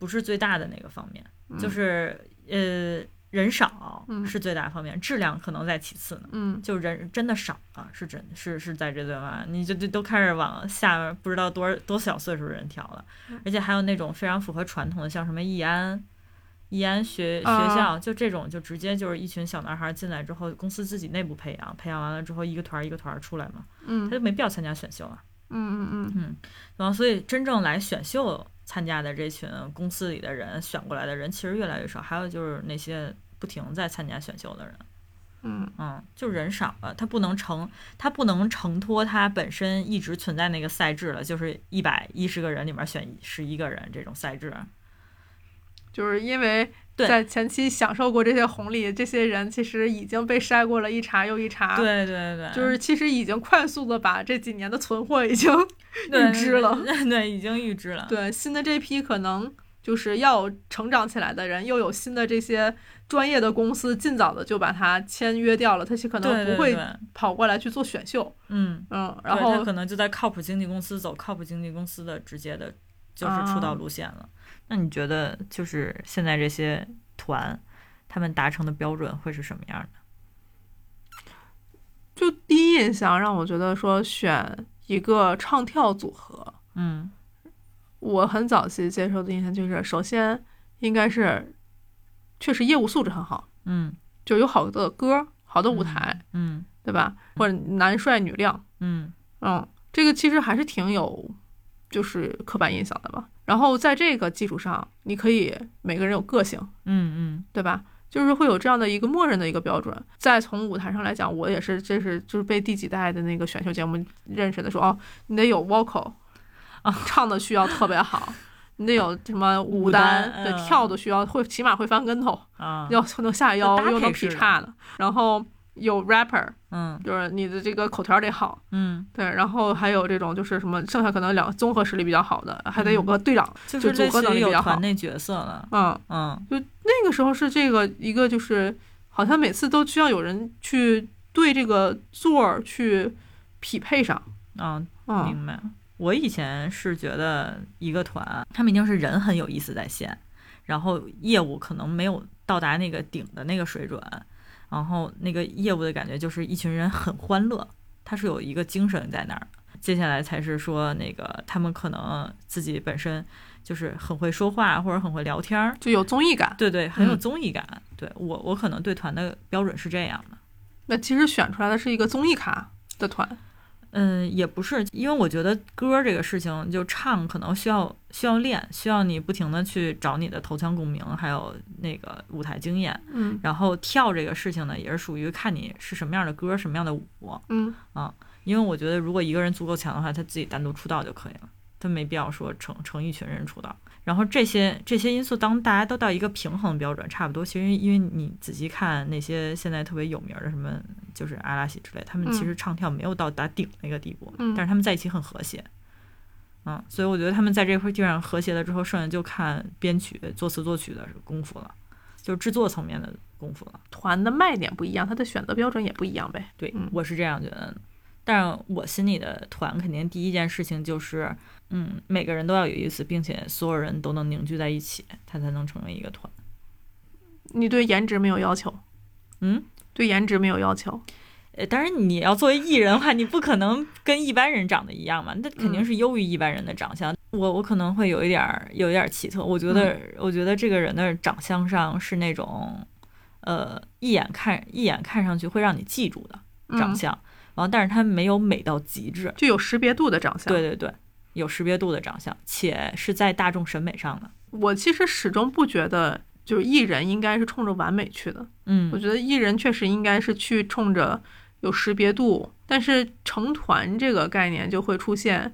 Speaker 2: 不是最大的那个方面，
Speaker 1: 嗯
Speaker 2: 就是呃人少
Speaker 1: 嗯
Speaker 2: 是最大方面，质量可能在其次呢。
Speaker 1: 嗯
Speaker 2: 就人真的少了，是真是是在这段吧，你就就都开始往下面不知道多少多小岁数的人调了，而且还有那种非常符合传统的，像什么易安。易安学学
Speaker 1: 啊
Speaker 2: 校就这种，就直接就是一群小男孩进来之后，公司自己内部培养，培养完了之后一个团儿一个团儿出来嘛，
Speaker 1: 嗯
Speaker 2: 他就没必要参加选秀啊。
Speaker 1: 嗯嗯嗯
Speaker 2: 然后，所以真正来选秀参加的这群公司里的人选过来的人，其实越来越少。还有就是那些不停在参加选秀的人，
Speaker 1: 嗯
Speaker 2: 嗯，就人少了，他不能承，他不能承托他本身一直存在那个赛制了，就是一百一十个人里面选十一个人这种赛
Speaker 1: 啊
Speaker 2: 制。
Speaker 1: 就是因为
Speaker 2: 对
Speaker 1: 在前期享受过这些红利，这些人其实已经被筛过了一茬又一茬，，
Speaker 2: 对对对，
Speaker 1: 就是其实已经快速的把这几年的存货已经 [LAUGHS]
Speaker 2: 对
Speaker 1: 预知了，
Speaker 2: [LAUGHS] 对对对，已经预知了。
Speaker 1: 对新的这批可能就是要有成长起来的人，又有新的这些专业的公司尽早的就把他签约掉了，他其实可
Speaker 2: 对
Speaker 1: 能
Speaker 2: 对
Speaker 1: 不会
Speaker 2: 对
Speaker 1: 跑过来去做选秀，
Speaker 2: 嗯，
Speaker 1: 嗯，然
Speaker 2: 对他
Speaker 1: 后
Speaker 2: 可能就在靠谱经纪公司走靠谱经纪公司的直接的，就是出
Speaker 1: 啊
Speaker 2: 道路线了。那你觉得就是现在这些团，他们达成的标准会是什么样的？
Speaker 1: 就第一印象让我觉得说选一个唱跳组合，
Speaker 2: 嗯
Speaker 1: 我很早期接受的印象就是，首先应该是确实业务素质很好，
Speaker 2: 嗯，
Speaker 1: 就有好的歌、好的舞台，
Speaker 2: 嗯
Speaker 1: 对吧？或者男帅女靓，
Speaker 2: 嗯
Speaker 1: 嗯，这个其实还是挺有就是刻板印象的吧。然后在这个基础上，你可以每个人有个性，
Speaker 2: 嗯嗯
Speaker 1: 对吧？就是会有这样的一个默认的一个标准。再从舞台上来讲，我也是，这是就是被第几代的那个选秀节目认识的说，说哦，你得有 vocal
Speaker 2: 啊，
Speaker 1: 唱的需要特别好，你得有什
Speaker 2: [LAUGHS]
Speaker 1: 么
Speaker 2: 舞
Speaker 1: 担，
Speaker 2: 担
Speaker 1: 对，
Speaker 2: 嗯
Speaker 1: 跳的需要会，起码会翻跟头，
Speaker 2: 啊，
Speaker 1: 要能下腰
Speaker 2: 搭配
Speaker 1: 又能劈
Speaker 2: 式的
Speaker 1: 叉的，然后有 rapper，
Speaker 2: 嗯
Speaker 1: 就是你的这个口条得好。
Speaker 2: 嗯，
Speaker 1: 对，然后还有这种就是什么，剩下可能两综合实力比较好的，还得有
Speaker 2: 嗯
Speaker 1: 个队长。
Speaker 2: 就
Speaker 1: 就是
Speaker 2: 类
Speaker 1: 组合能
Speaker 2: 似于
Speaker 1: 力
Speaker 2: 有
Speaker 1: 比较
Speaker 2: 团
Speaker 1: 好
Speaker 2: 内角色了，
Speaker 1: 嗯，
Speaker 2: 嗯
Speaker 1: 那个时候是这个一个就是，好像每次都需要有人去对这个座儿去匹配上。
Speaker 2: 啊，
Speaker 1: 嗯，
Speaker 2: 明白。我以前是觉得一个团，他们一定是人很有意思在先，然后业务可能没有到达那个顶的那个水准，然后那个业务的感觉就是一群人很欢乐，它是有一个精神在那儿的。接下来才是说那个他们可能自己本身就是很会说话或者很会聊天儿，
Speaker 1: 就有综艺感。
Speaker 2: 对对，很有
Speaker 1: 嗯
Speaker 2: 综艺感。对我我可能对团的标准是这样的。
Speaker 1: 那其实选出来的是一个综艺咖的团。
Speaker 2: 嗯，也不是，因为我觉得歌这个事情，就唱可能需要需要练，需要你不停的去找你的头腔共鸣，还有那个舞台经验。
Speaker 1: 嗯
Speaker 2: 然后跳这个事情呢，也是属于看你是什么样的歌，什么样的舞。
Speaker 1: 嗯，
Speaker 2: 因为我觉得，如果一个人足够强的话，他自己单独出道就可以了，他没必要说成成一群人出道。然后这些这些因素，当大家都到一个平衡标准，差不多。其实因为你仔细看那些现在特别有名的什么，就是阿拉西之类，他们
Speaker 1: 嗯
Speaker 2: 其实唱跳没有到达顶那个地步，
Speaker 1: 嗯
Speaker 2: 但是他们在一起很和谐。嗯，所以我觉得他们在这块地方和谐了之后，剩下就看编曲、作词、作曲的功夫了，就是制作层面的功夫了。
Speaker 1: 团的卖点不一样，它的选择标准也不一样呗。
Speaker 2: 对
Speaker 1: 嗯，
Speaker 2: 我是这样觉得的。但我心里的团肯定第一件事情就是，嗯，每个人都要有意思，并且所有人都能凝聚在一起，他才能成为一个团。
Speaker 1: 你对颜值没有要求，
Speaker 2: 嗯，
Speaker 1: 对颜值没有要求。
Speaker 2: 呃，当然你要作为艺人的话，你不可能跟一般人长得一样嘛，那肯
Speaker 1: 嗯
Speaker 2: 定是优于一般人的长相。我我可能会有一点儿有一点儿奇特，我觉得、
Speaker 1: 嗯
Speaker 2: 我觉得这个人的长相上是那种，呃，一眼看一眼看上去会让你记住的长
Speaker 1: 嗯，
Speaker 2: 相，然后但是他没有美到极致，
Speaker 1: 就有识别度的长相。
Speaker 2: 对对对，有识别度的长相，且是在大众审美上的。
Speaker 1: 我其实始终不觉得，就是艺人应该是冲着完美去的。我
Speaker 2: 嗯
Speaker 1: 觉得艺人确实应该是去冲着有识别度，但是成团这个概念就会出现，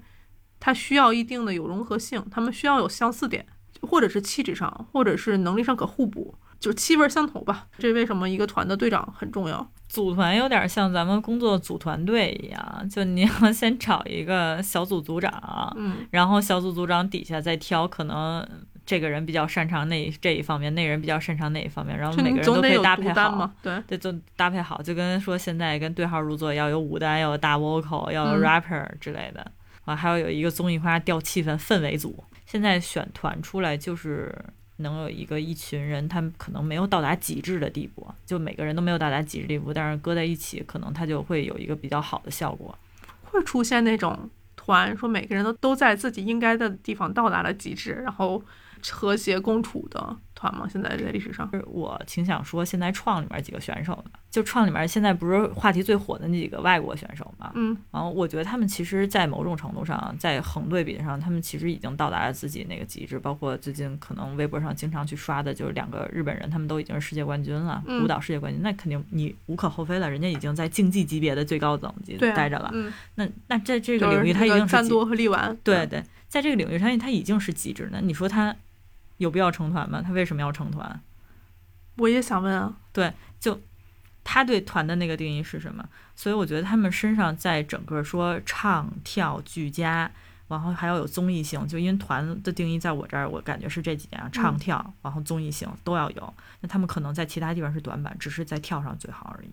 Speaker 1: 它需要一定的有融合性，他们需要有相似点，或者是气质上，或者是能力上可互补，就气味相投吧。这为什么一个团的队长很重要？
Speaker 2: 组团有点像咱们工作组团队一样，就你要先找一个小组组长，
Speaker 1: 嗯
Speaker 2: 然后小组组长底下再挑可能。这个人比较擅长那这一方面，那人比较擅长那一方面，然后
Speaker 1: 就
Speaker 2: 嗯每个
Speaker 1: 你
Speaker 2: 人
Speaker 1: 总
Speaker 2: 都可
Speaker 1: 得
Speaker 2: 以
Speaker 1: 有
Speaker 2: 搭
Speaker 1: 独
Speaker 2: 配
Speaker 1: 担
Speaker 2: 好，
Speaker 1: 嘛，对，
Speaker 2: 对，就搭配好，就跟说现在跟对号入座要有舞担，要有大 vocal，要有
Speaker 1: 嗯
Speaker 2: rapper 之类的啊，还要有一个综艺化调气氛氛围组。现在选团出来就是能有一个一群人，他们可能没有到达极致的地步，就每个人都没有到达极致地步，但是搁在一起，可能他就会有一个比较好的效果。
Speaker 1: 会出现那种团说每个人都都在自己应该的地方到达了极致，然后和谐共处的团吗？现在在历史上，
Speaker 2: 就是我挺想说，现在创里面几个选手的，就创里面现在不是话题最火的那几个外国选手嘛，
Speaker 1: 嗯
Speaker 2: 然后我觉得他们其实，在某种程度上，在横对比上，他们其实已经到达了自己那个极致。包括最近可能微博上经常去刷的，就是两个日本人，他们都已经是世界冠军了，
Speaker 1: 嗯
Speaker 2: 舞蹈世界冠军，那肯定你无可厚非了，人家已经在竞技级别的最高等级
Speaker 1: 对啊、
Speaker 2: 待着了。
Speaker 1: 嗯，
Speaker 2: 那那在这
Speaker 1: 就
Speaker 2: 个
Speaker 1: 是
Speaker 2: 领域，他
Speaker 1: 那
Speaker 2: 一
Speaker 1: 个嗯
Speaker 2: 定是
Speaker 1: 赞
Speaker 2: 极
Speaker 1: 多和力丸，
Speaker 2: 对对，在这个领域上，他已经是极致了。你说他有必要成团吗？他为什么要成团？
Speaker 1: 我也想问啊，
Speaker 2: 他对团的那个定义是什么？所以我觉得他们身上在整个说唱跳俱佳，然后还要有综艺性，就因为团的定义在我这儿，我感觉是这几点啊，唱跳，然后综艺性都要有。那他们可能在其他地方是短板，只是在跳上最好而已。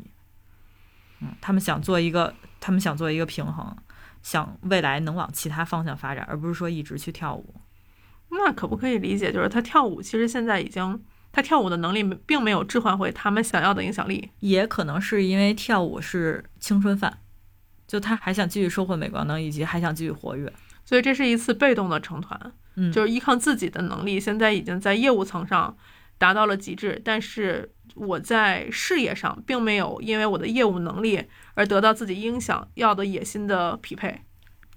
Speaker 2: 嗯，他们想做一个，他们想做一个平衡，想未来能往其他方向发展，而不是说一直去跳舞。
Speaker 1: 那可不可以理解，就是他跳舞其实现在已经，他跳舞的能力没并没有置换回他们想要的影响力。
Speaker 2: 也可能是因为跳舞是青春饭，就他还想继续收获镁光灯，以及还想继续活跃。
Speaker 1: 所以这是一次被动的成团，
Speaker 2: 嗯，
Speaker 1: 就是依靠自己的能力，现在已经在业务层上达到了极致，但是我在事业上并没有因为我的业务能力而得到自己应想要的野心的匹配。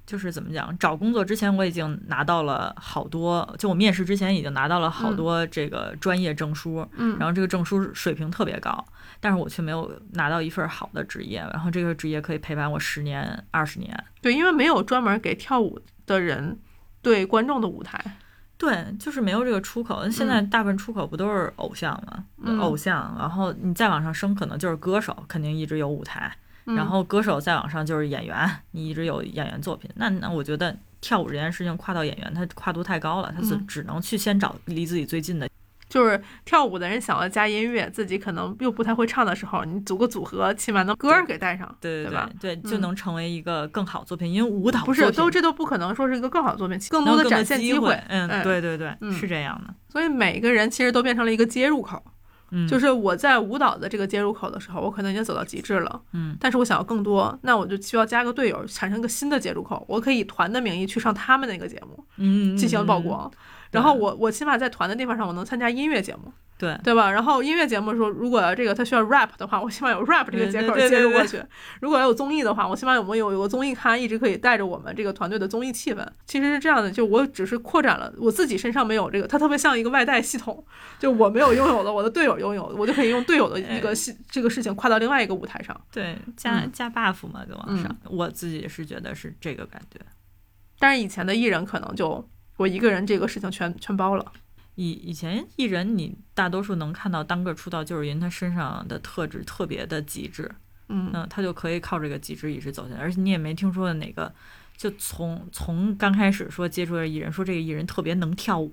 Speaker 2: 就是怎么讲，找工作之前我已经拿到了好多，就我面试之前已经拿到了好多这个专业证书，
Speaker 1: 嗯，
Speaker 2: 然后这个证书水平特别高，但是我却没有拿到一份好的职业，然后这个职业可以陪伴我十年、二十年。
Speaker 1: 对，因为没有专门给跳舞的人对观众的舞台，
Speaker 2: 对，就是没有这个出口。现在大部分出口不都是偶像嘛，
Speaker 1: 嗯
Speaker 2: 偶像，然后你再往上升，可能就是歌手，肯定一直有舞台。
Speaker 1: 嗯
Speaker 2: 然后歌手再往上就是演员，你一直有演员作品。那那我觉得跳舞这件事情跨到演员，它跨度太高了，它只
Speaker 1: 嗯
Speaker 2: 只能去先找离自己最近的。
Speaker 1: 就是跳舞的人想要加音乐，自己可能又不太会唱的时候，你组个组合，起码能歌儿给带上，
Speaker 2: 对
Speaker 1: 对
Speaker 2: 对
Speaker 1: 吧？
Speaker 2: 对，
Speaker 1: 嗯
Speaker 2: 就能成为一个更好作品，因为舞蹈
Speaker 1: 不
Speaker 2: 作
Speaker 1: 是，
Speaker 2: 品
Speaker 1: 都这都不可能说是一个更好的作品，更
Speaker 2: 能
Speaker 1: 多
Speaker 2: 有
Speaker 1: 的
Speaker 2: 更
Speaker 1: 展现
Speaker 2: 机
Speaker 1: 机会。
Speaker 2: 嗯，
Speaker 1: 嗯
Speaker 2: 对对对，
Speaker 1: 嗯
Speaker 2: 是这样的。
Speaker 1: 所以每个人其实都变成了一个接入口，
Speaker 2: 嗯，
Speaker 1: 就是我在舞蹈的这个接入口的时候，我可能已经走到极致了，
Speaker 2: 嗯，
Speaker 1: 但是我想要更多，那我就需要加个队友，产生一个新的接入口，我可以以团的名义去上他们那个节目
Speaker 2: 嗯
Speaker 1: 进行曝。光。然
Speaker 2: 对
Speaker 1: 后我我起码在团的地方上，我能参加音乐节目，
Speaker 2: 对，
Speaker 1: 对吧？然后音乐节目说，如果这个它需要 rap 的话，我起码有 rap 这个接口
Speaker 2: 对对对
Speaker 1: 接入
Speaker 2: 对
Speaker 1: 过去；如果要有综艺的话，我起码有没有有个综艺咖一直可以带着我们这个团队的综艺气氛。其实是这样的，就我只是扩展了我自己身上没有这个，它特别像一个外带系统，就我没有拥有的，我的队友拥有，我就可以用队友的一个
Speaker 2: 哎
Speaker 1: 系这个事情跨到另外一个舞台上。
Speaker 2: 对，加、
Speaker 1: 嗯
Speaker 2: 加 buff 嘛，再往上，
Speaker 1: 嗯
Speaker 2: 我自己是觉得是这个感觉。
Speaker 1: 但是以前的艺人可能就我一个人这个事情全全包了。
Speaker 2: 以以前艺人，你大多数能看到单个出道，就是因为他身上的特质特别的极致，
Speaker 1: 嗯，
Speaker 2: 嗯，他就可以靠这个极致一直走下来，而且你也没听说哪个，就从从刚开始说接触的艺人，说这个艺人特别能跳舞，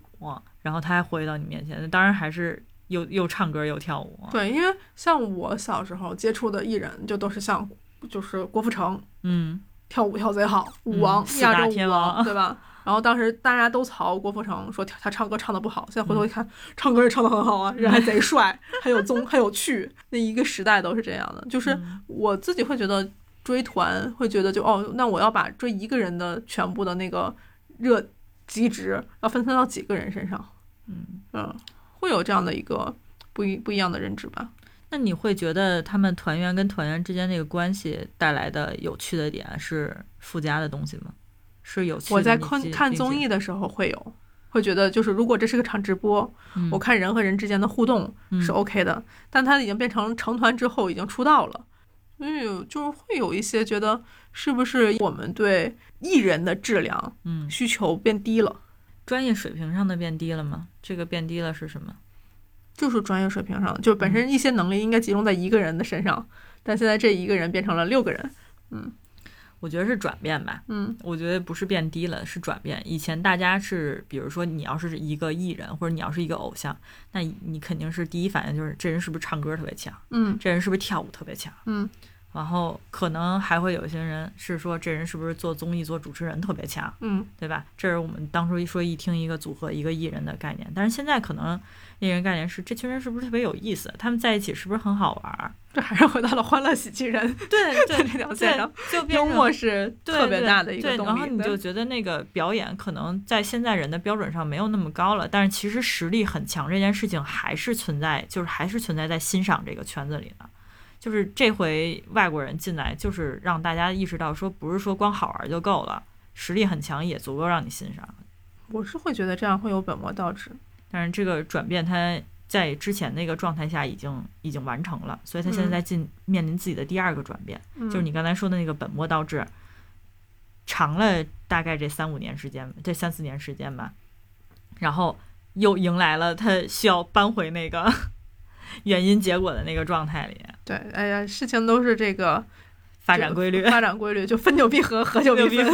Speaker 2: 然后他还活跃到你面前，当然还是又又唱歌又跳舞，
Speaker 1: 对，因为像我小时候接触的艺人，就都是像就是郭富城。
Speaker 2: 嗯，
Speaker 1: 跳舞跳贼好，舞王、
Speaker 2: 四
Speaker 1: 亚
Speaker 2: 大
Speaker 1: 洲
Speaker 2: 天
Speaker 1: 舞
Speaker 2: 王
Speaker 1: 王，对吧？ [LAUGHS] 然后当时大家都嘲郭富城说跳他唱歌唱的不好，现在回头一看，唱歌也唱的很好啊，人还
Speaker 2: 嗯
Speaker 1: 贼帅，还有综，还有趣，那一个时代都是这样的。就是
Speaker 2: 嗯
Speaker 1: 我自己会觉得追团会觉得就哦，那我要把追一个人的全部的那个热极值要分散到几个人身上，
Speaker 2: 嗯，
Speaker 1: 嗯，会有这样的一个不一不一样的认知吧。
Speaker 2: 那你会觉得他们团员跟团员之间这个关系带来的有趣的点是附加的东西吗？是有趣的
Speaker 1: 我在
Speaker 2: 你
Speaker 1: 看
Speaker 2: 记
Speaker 1: 看
Speaker 2: 并
Speaker 1: 综
Speaker 2: 且
Speaker 1: 艺的时候会有，会觉得就是如果这是个场直播，
Speaker 2: 嗯
Speaker 1: 我看人和人之间的互动是
Speaker 2: 嗯
Speaker 1: OK 的，但他已经变成成团之后已经出道了，所以有就是会有一些觉得是不是我们对艺人的质量
Speaker 2: 嗯
Speaker 1: 需求变低了，
Speaker 2: 专业水平上的变低了吗？这个变低了是什么？
Speaker 1: 就是专业水平上，就是
Speaker 2: 嗯
Speaker 1: 本身一些能力应该集中在一个人的身上，但现在这一个人变成了六个人，
Speaker 2: 我觉得是转变吧，
Speaker 1: 嗯
Speaker 2: 我觉得不是变低了，是转变。以前大家是，比如说你要是一个艺人，或者你要是一个偶像，那你肯定是第一反应就是这人是不是唱歌特别强，
Speaker 1: 嗯
Speaker 2: 这人是不是跳舞特别强，
Speaker 1: 嗯，
Speaker 2: 然后可能还会有一些人是说这人是不是做综艺、做主持人特别强，
Speaker 1: 嗯，
Speaker 2: 对吧？这是我们当初一说一听一个组合一个艺人的概念，但是现在可能艺人概念是这群人是不是特别有意思，他们在一起是不是很好
Speaker 1: [LAUGHS]
Speaker 2: 玩儿？
Speaker 1: 这还是回到了欢乐喜剧人
Speaker 2: 对
Speaker 1: 这
Speaker 2: [LAUGHS] 对，
Speaker 1: 条线
Speaker 2: 哦对
Speaker 1: 上，，
Speaker 2: 就变
Speaker 1: 幽
Speaker 2: 成
Speaker 1: 默是
Speaker 2: 对
Speaker 1: 特别
Speaker 2: 对
Speaker 1: 大的一个
Speaker 2: 对
Speaker 1: 动力，
Speaker 2: 然后你就觉得那个表演可能在现在人的标准上没有那么高了，但是其实实力很强这件事情还是存在，就是还是存在在欣赏这个圈子里的。就是这回外国人进来，就是让大家意识到说，不是说光好玩就够了，实力很强也足够让你欣赏。
Speaker 1: 我是会觉得这样会有本末倒置，
Speaker 2: 但是这个转变，它在之前那个状态下已经已经完成了，所以他现在
Speaker 1: 嗯
Speaker 2: 在进、面临自己的第二个转变。
Speaker 1: 就
Speaker 2: 就是你刚才说的那个本末倒置，长了大概这三五年时间，这三四年时间吧，然后又迎来了他需要扳回那个 [LAUGHS] 原因结果的那个状态里，
Speaker 1: 对，哎呀，事情都是这个
Speaker 2: 发展
Speaker 1: [LAUGHS]
Speaker 2: 规律
Speaker 1: 就，发展规律，就分久必合，合久
Speaker 2: 六
Speaker 1: 必
Speaker 2: 必
Speaker 1: 分，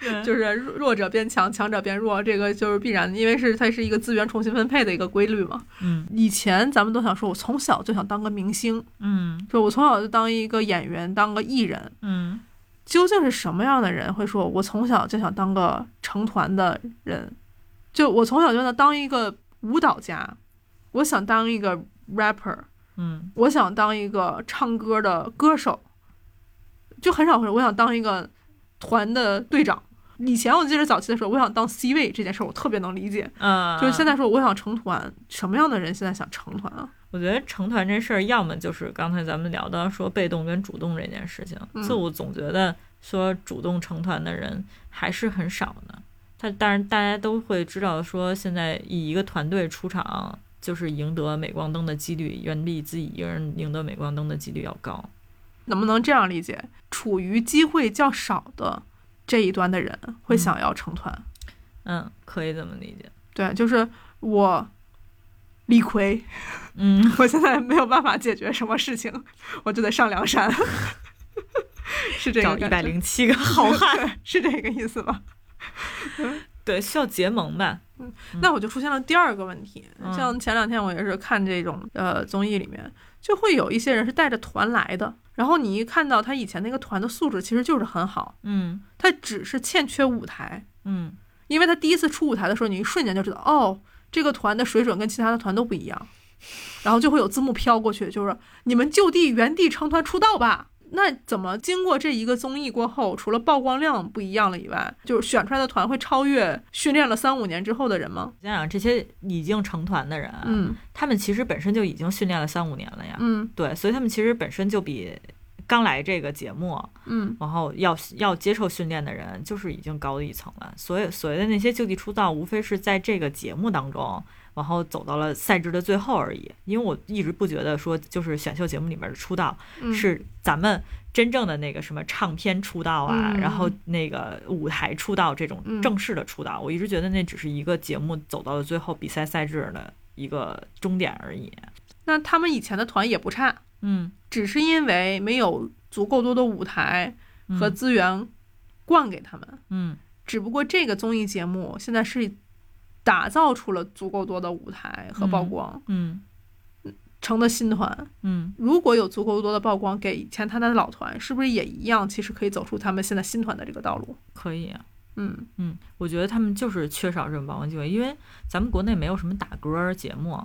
Speaker 2: 分， [LAUGHS] 对
Speaker 1: 就是弱弱者变强，强者变弱，这个就是必然，因为是它是一个资源重新分配的一个规律嘛。
Speaker 2: 嗯
Speaker 1: 以前咱们都想说，我从小就想当个明星，
Speaker 2: 嗯
Speaker 1: 就我从小就当一个演员，当个艺人。
Speaker 2: 嗯
Speaker 1: 究竟是什么样的人会说，我从小就想当个成团的人？就我从小就想当一个舞蹈家，我想当一个 rapper，
Speaker 2: 嗯
Speaker 1: 我想当一个唱歌的歌手，就很少会说我想当一个团的队长。以前我记得早期的时候，我想当 C 位这件事儿，我特别能理解。
Speaker 2: 啊，
Speaker 1: 就是现在说我想成团，什么样的人现在想成团啊？
Speaker 2: 我觉得成团这事儿，要么就是刚才咱们聊到说被动跟主动这件事情，
Speaker 1: 嗯
Speaker 2: 就我总觉得说主动成团的人还是很少呢。他当然大家都会知道，说现在以一个团队出场，就是赢得镁光灯的几率远比自己一个人赢得镁光灯的几率要高。
Speaker 1: 能不能这样理解？处于机会较少的这一端的人会想要成团。
Speaker 2: 嗯，可以这么理解。
Speaker 1: 对，就是我李逵，
Speaker 2: 嗯，
Speaker 1: 我现在没有办法解决什么事情，我就得上梁山， [LAUGHS] 是这
Speaker 2: 找
Speaker 1: 个
Speaker 2: 一百零七个好汉，
Speaker 1: 汉， [LAUGHS] 是这个意思吧？
Speaker 2: 对，需要结盟吧？
Speaker 1: 那我就出现了第二个问题，
Speaker 2: 嗯
Speaker 1: 像前两天我也是看这种呃综艺里面，就会有一些人是带着团来的，然后你一看到他以前那个团的素质其实就是很好，
Speaker 2: 嗯
Speaker 1: 他只是欠缺舞台，
Speaker 2: 嗯
Speaker 1: 因为他第一次出舞台的时候，你一瞬间就知道，哦，这个团的水准跟其他的团都不一样，然后就会有字幕飘过去，就是你们就地原地成团出道吧。那怎么经过这一个综艺过后，除了曝光量不一样了以外，就是选出来的团会超越训练了三五年之后的人吗？
Speaker 2: 想想这些已经成团的人啊，
Speaker 1: 嗯
Speaker 2: 他们其实本身就已经训练了三五年了呀。
Speaker 1: 嗯
Speaker 2: 对，所以他们其实本身就比刚来这个节目，
Speaker 1: 嗯
Speaker 2: 然后要要接受训练的人，就是已经高了一层了。所以所谓的那些就地出道，无非是在这个节目当中，然后走到了赛制的最后而已。因为我一直不觉得说，就是选秀节目里面的出道、
Speaker 1: 嗯，
Speaker 2: 是咱们真正的那个什么唱片出道啊，
Speaker 1: 嗯
Speaker 2: 然后那个舞台出道这种
Speaker 1: 嗯
Speaker 2: 正式的出道，我一直觉得那只是一个节目走到了最后比赛赛制的一个终点而已。
Speaker 1: 那他们以前的团也不差，
Speaker 2: 嗯，
Speaker 1: 只是因为没有足够多的舞台
Speaker 2: 嗯
Speaker 1: 和资源灌给他们，
Speaker 2: 嗯
Speaker 1: 只不过这个综艺节目现在是打造出了足够多的舞台和曝光，
Speaker 2: 嗯
Speaker 1: 成了新团。
Speaker 2: 嗯
Speaker 1: 如果有足够多的曝光给以前他的老团，是不是也一样？其实可以走出他们现在新团的这个道路。
Speaker 2: 可以啊。
Speaker 1: 嗯
Speaker 2: 嗯，我觉得他们就是缺少这种曝光机会，因为咱们国内没有什么打歌儿节目，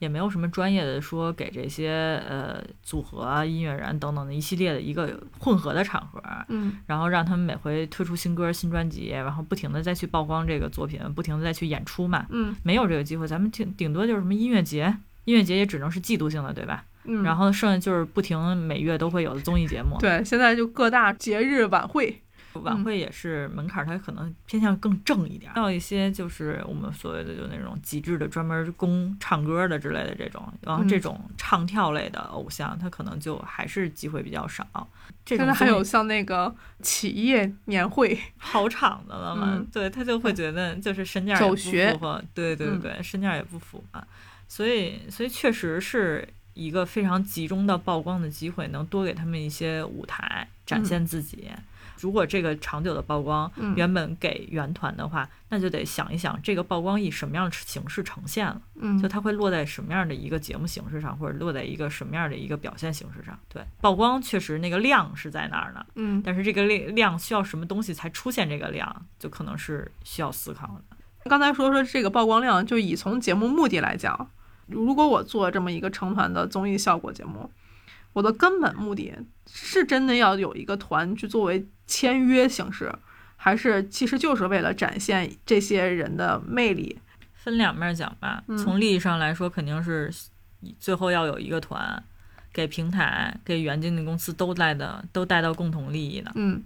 Speaker 2: 也没有什么专业的说给这些呃组合啊、音乐人等等的一系列的一个混合的场合，
Speaker 1: 嗯
Speaker 2: 然后让他们每回推出新歌、新专辑，然后不停的再去曝光这个作品，不停的再去演出嘛，
Speaker 1: 嗯
Speaker 2: 没有这个机会，咱们顶顶多就是什么音乐节。音乐节也只能是季度性的，对吧？
Speaker 1: 嗯，
Speaker 2: 然
Speaker 1: 后
Speaker 2: 后剩下就是不停每月都会有的综艺节目，
Speaker 1: 对，现在就各大节日晚会，嗯
Speaker 2: 晚会也是门槛，它可能偏向更正一点儿。还有一些就是我们所谓的就那种极致的，专门供唱歌的之类的这种，然后
Speaker 1: 嗯
Speaker 2: 这种唱跳类的偶像，他可能就还是机会比较少。这
Speaker 1: 现
Speaker 2: 种
Speaker 1: 在还
Speaker 2: 综
Speaker 1: 有
Speaker 2: 艺
Speaker 1: 像那个企业年会，
Speaker 2: 跑场的了嘛？
Speaker 1: 嗯
Speaker 2: 对他就会觉得就是身价
Speaker 1: 走
Speaker 2: 也不
Speaker 1: 穴
Speaker 2: 符合，对对
Speaker 1: 嗯
Speaker 2: 对，身价也不符合、所以所以确实是一个非常集中的曝光的机会，能多给他们一些舞台展现自己。如果这个长久的曝光
Speaker 1: 嗯
Speaker 2: 原本给原团的话，那就得想一想这个曝光以什么样的形式呈现了，
Speaker 1: 嗯
Speaker 2: 就它会落在什么样的一个节目形式上，或者落在一个什么样的一个表现形式上。对，曝光确实那个量是在那儿呢，
Speaker 1: 嗯，
Speaker 2: 但是这个量量需要什么东西才出现这个量，就可能是需要思考的。
Speaker 1: 刚才说说这个曝光量，就以从节目目的来讲，如果我做这么一个成团的综艺效果节目，我的根本目的是真的要有一个团去作为签约形式，还是其实就是为了展现这些人的魅力？
Speaker 2: 分两面讲吧，
Speaker 1: 嗯
Speaker 2: 从利益上来说，肯定是最后要有一个团，给平台、给原经纪公司都带的都带到共同利益的，
Speaker 1: 嗯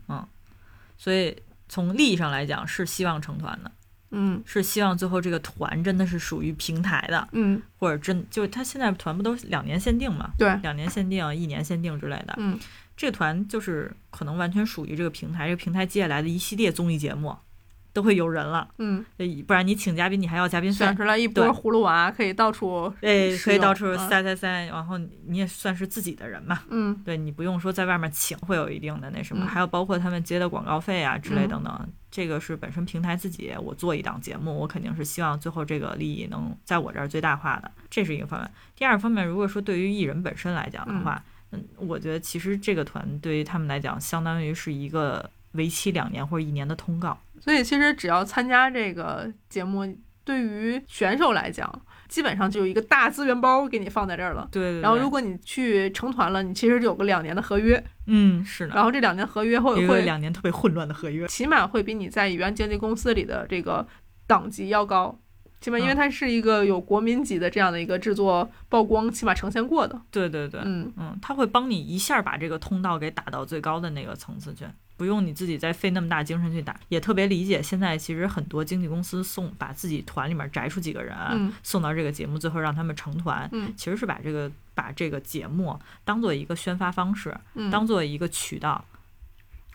Speaker 2: 所以从利益上来讲是希望成团的，
Speaker 1: 嗯
Speaker 2: 是希望最后这个团真的是属于平台的，
Speaker 1: 嗯，
Speaker 2: 或者真就是他现在团不都是两年限定嘛，
Speaker 1: 对，
Speaker 2: 两年限定、一年限定之类的，
Speaker 1: 嗯
Speaker 2: 这个团就是可能完全属于这个平台，这个平台接下来的一系列综艺节目都会有人了，
Speaker 1: 嗯，
Speaker 2: 呃不然你请嘉宾，你还要嘉宾费
Speaker 1: 选，出来一波
Speaker 2: 对
Speaker 1: 葫芦娃，可以到处
Speaker 2: 对，
Speaker 1: 使
Speaker 2: 可以
Speaker 1: 用
Speaker 2: 到处
Speaker 1: 嗯
Speaker 2: 塞塞塞，然后你也算是自己的人嘛，
Speaker 1: 嗯
Speaker 2: 对你不用说在外面请，会有一定的那什么，
Speaker 1: 嗯
Speaker 2: 还有包括他们接的广告费啊之
Speaker 1: 嗯
Speaker 2: 类等等，这个是本身平台自己，我做一档节目，我肯定是希望最后这个利益能在我这儿最大化的，这是一个方面。第二方面，如果说对于艺人本身来讲的话，嗯，我觉得其实这个团对于他们来讲，相当于是一个为期两年或者一年的通告。
Speaker 1: 所以其实只要参加这个节目，对于选手来讲，基本上就有一个大资源包给你放在这儿了。
Speaker 2: 对对对
Speaker 1: 然后如果你去成团了，你其实有个两年的合约，
Speaker 2: 嗯是的，
Speaker 1: 然后这两年合约
Speaker 2: 有
Speaker 1: 会
Speaker 2: 一个
Speaker 1: 会
Speaker 2: 两年特别混乱的合约。
Speaker 1: 起码会比你在原经纪公司里的这个档级要高，起码因为
Speaker 2: 嗯
Speaker 1: 它是一个有国民级的这样的一个制作曝光，起码呈现过的。
Speaker 2: 对对对，
Speaker 1: 嗯
Speaker 2: 嗯，他会帮你一下把这个通道给打到最高的那个层次去。不用你自己再费那么大精神去打，也特别理解现在其实很多经纪公司送把自己团里面摘出几个人、
Speaker 1: 嗯
Speaker 2: 送到这个节目，最后让他们成团，
Speaker 1: 嗯
Speaker 2: 其实是把这个把这个节目当做一个宣发方式，
Speaker 1: 嗯，
Speaker 2: 当做一个渠道，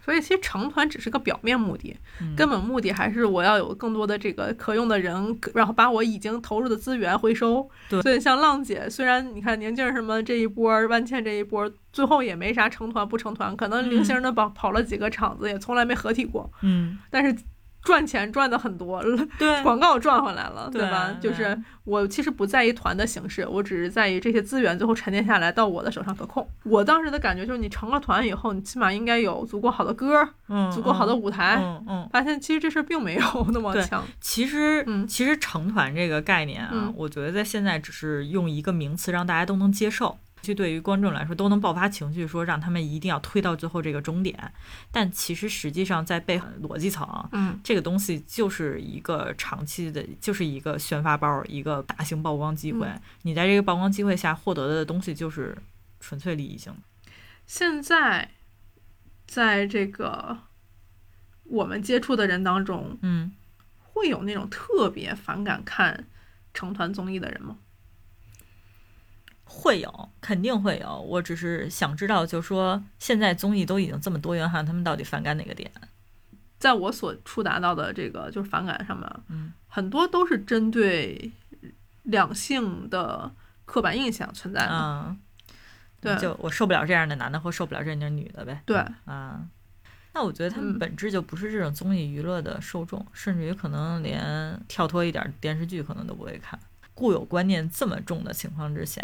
Speaker 1: 所以其实成团只是个表面目的，
Speaker 2: 嗯
Speaker 1: 根本目的还是我要有更多的这个可用的人，然后把我已经投入的资源回收。
Speaker 2: 对
Speaker 1: 所以像浪姐，虽然你看宁静什么这一波，万茜这一波，最后也没啥成团不成团，可能零星的跑跑了几个场子，也从来没合体过，
Speaker 2: 嗯，
Speaker 1: 但是。赚钱赚的很多，[LAUGHS]
Speaker 2: 对，
Speaker 1: 广告赚回来了，
Speaker 2: 嗯对
Speaker 1: 吧？就
Speaker 2: 对
Speaker 1: 是我其实不在意团的形式，我只是在意这些资源最后沉淀下来到我的手上可控。我当时的感觉就是，你成了团以后，你起码应该有足够好的歌，
Speaker 2: 嗯
Speaker 1: 足够好的舞台，
Speaker 2: 嗯嗯嗯，
Speaker 1: 发现其实这事儿并没有 [LAUGHS] 那么
Speaker 2: 对
Speaker 1: 强。
Speaker 2: 其实
Speaker 1: 嗯
Speaker 2: 其实成团这个概念啊
Speaker 1: 嗯，
Speaker 2: 我觉得在现在只是用一个名词让大家都能接受。就对于观众来说，都能爆发情绪，说让他们一定要推到最后这个终点。但其实实际上在背后逻辑层，
Speaker 1: 嗯，
Speaker 2: 这个东西就是一个长期的，就是一个宣发包，一个大型曝光机会。
Speaker 1: 嗯
Speaker 2: 你在这个曝光机会下获得的东西就是纯粹利益性的。
Speaker 1: 现在在这个我们接触的人当中，
Speaker 2: 嗯，
Speaker 1: 会有那种特别反感看成团综艺的人吗？
Speaker 2: 会有，肯定会有。我只是想知道，就说现在综艺都已经这么多元化，他们到底反感哪个点？
Speaker 1: 在我所触达到的这个就是反感上面，
Speaker 2: 嗯，
Speaker 1: 很多都是针对两性的刻板印象存在的。
Speaker 2: 嗯，
Speaker 1: 对
Speaker 2: 就我受不了这样的男的，或受不了这样的女的呗。
Speaker 1: 对，
Speaker 2: 啊，那我觉得他
Speaker 1: 嗯
Speaker 2: 们本质就不是这种综艺娱乐的受众，甚至于可能连跳脱一点儿电视剧可能都不会看。固有观念这么重的情况之下，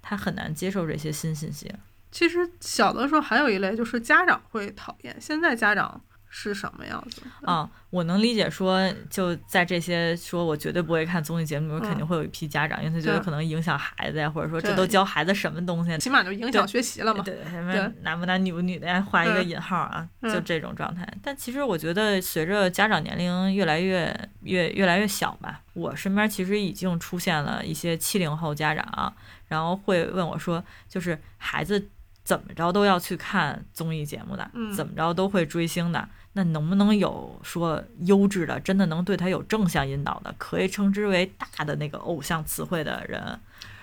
Speaker 2: 他很难接受这些新信息。
Speaker 1: 其实小的时候还有一类就是家长会讨厌，现在家长是什么样子？
Speaker 2: 啊、我能理解说，就在这些说我绝对不会看综艺节目，
Speaker 1: 嗯
Speaker 2: 肯定会有一批家长，因为他觉得
Speaker 1: 对
Speaker 2: 可能影响孩子呀，或者说这
Speaker 1: 对
Speaker 2: 都教孩子什么东西啊，
Speaker 1: 起码就影响学习了嘛。
Speaker 2: 呃对，什
Speaker 1: 对
Speaker 2: 么男不男女不女的呀，画一个
Speaker 1: 嗯
Speaker 2: 引号啊，
Speaker 1: 嗯
Speaker 2: 就这种状态。但其实我觉得，随着家长年龄越来越越越来越小吧，我身边其实已经出现了一些七零后家长，啊然后会问我说，就是孩子怎么着都要去看综艺节目的，
Speaker 1: 嗯
Speaker 2: 怎么着都会追星的。那能不能有说优质的，真的能对他有正向引导的，可以称之为大的那个偶像词汇的人，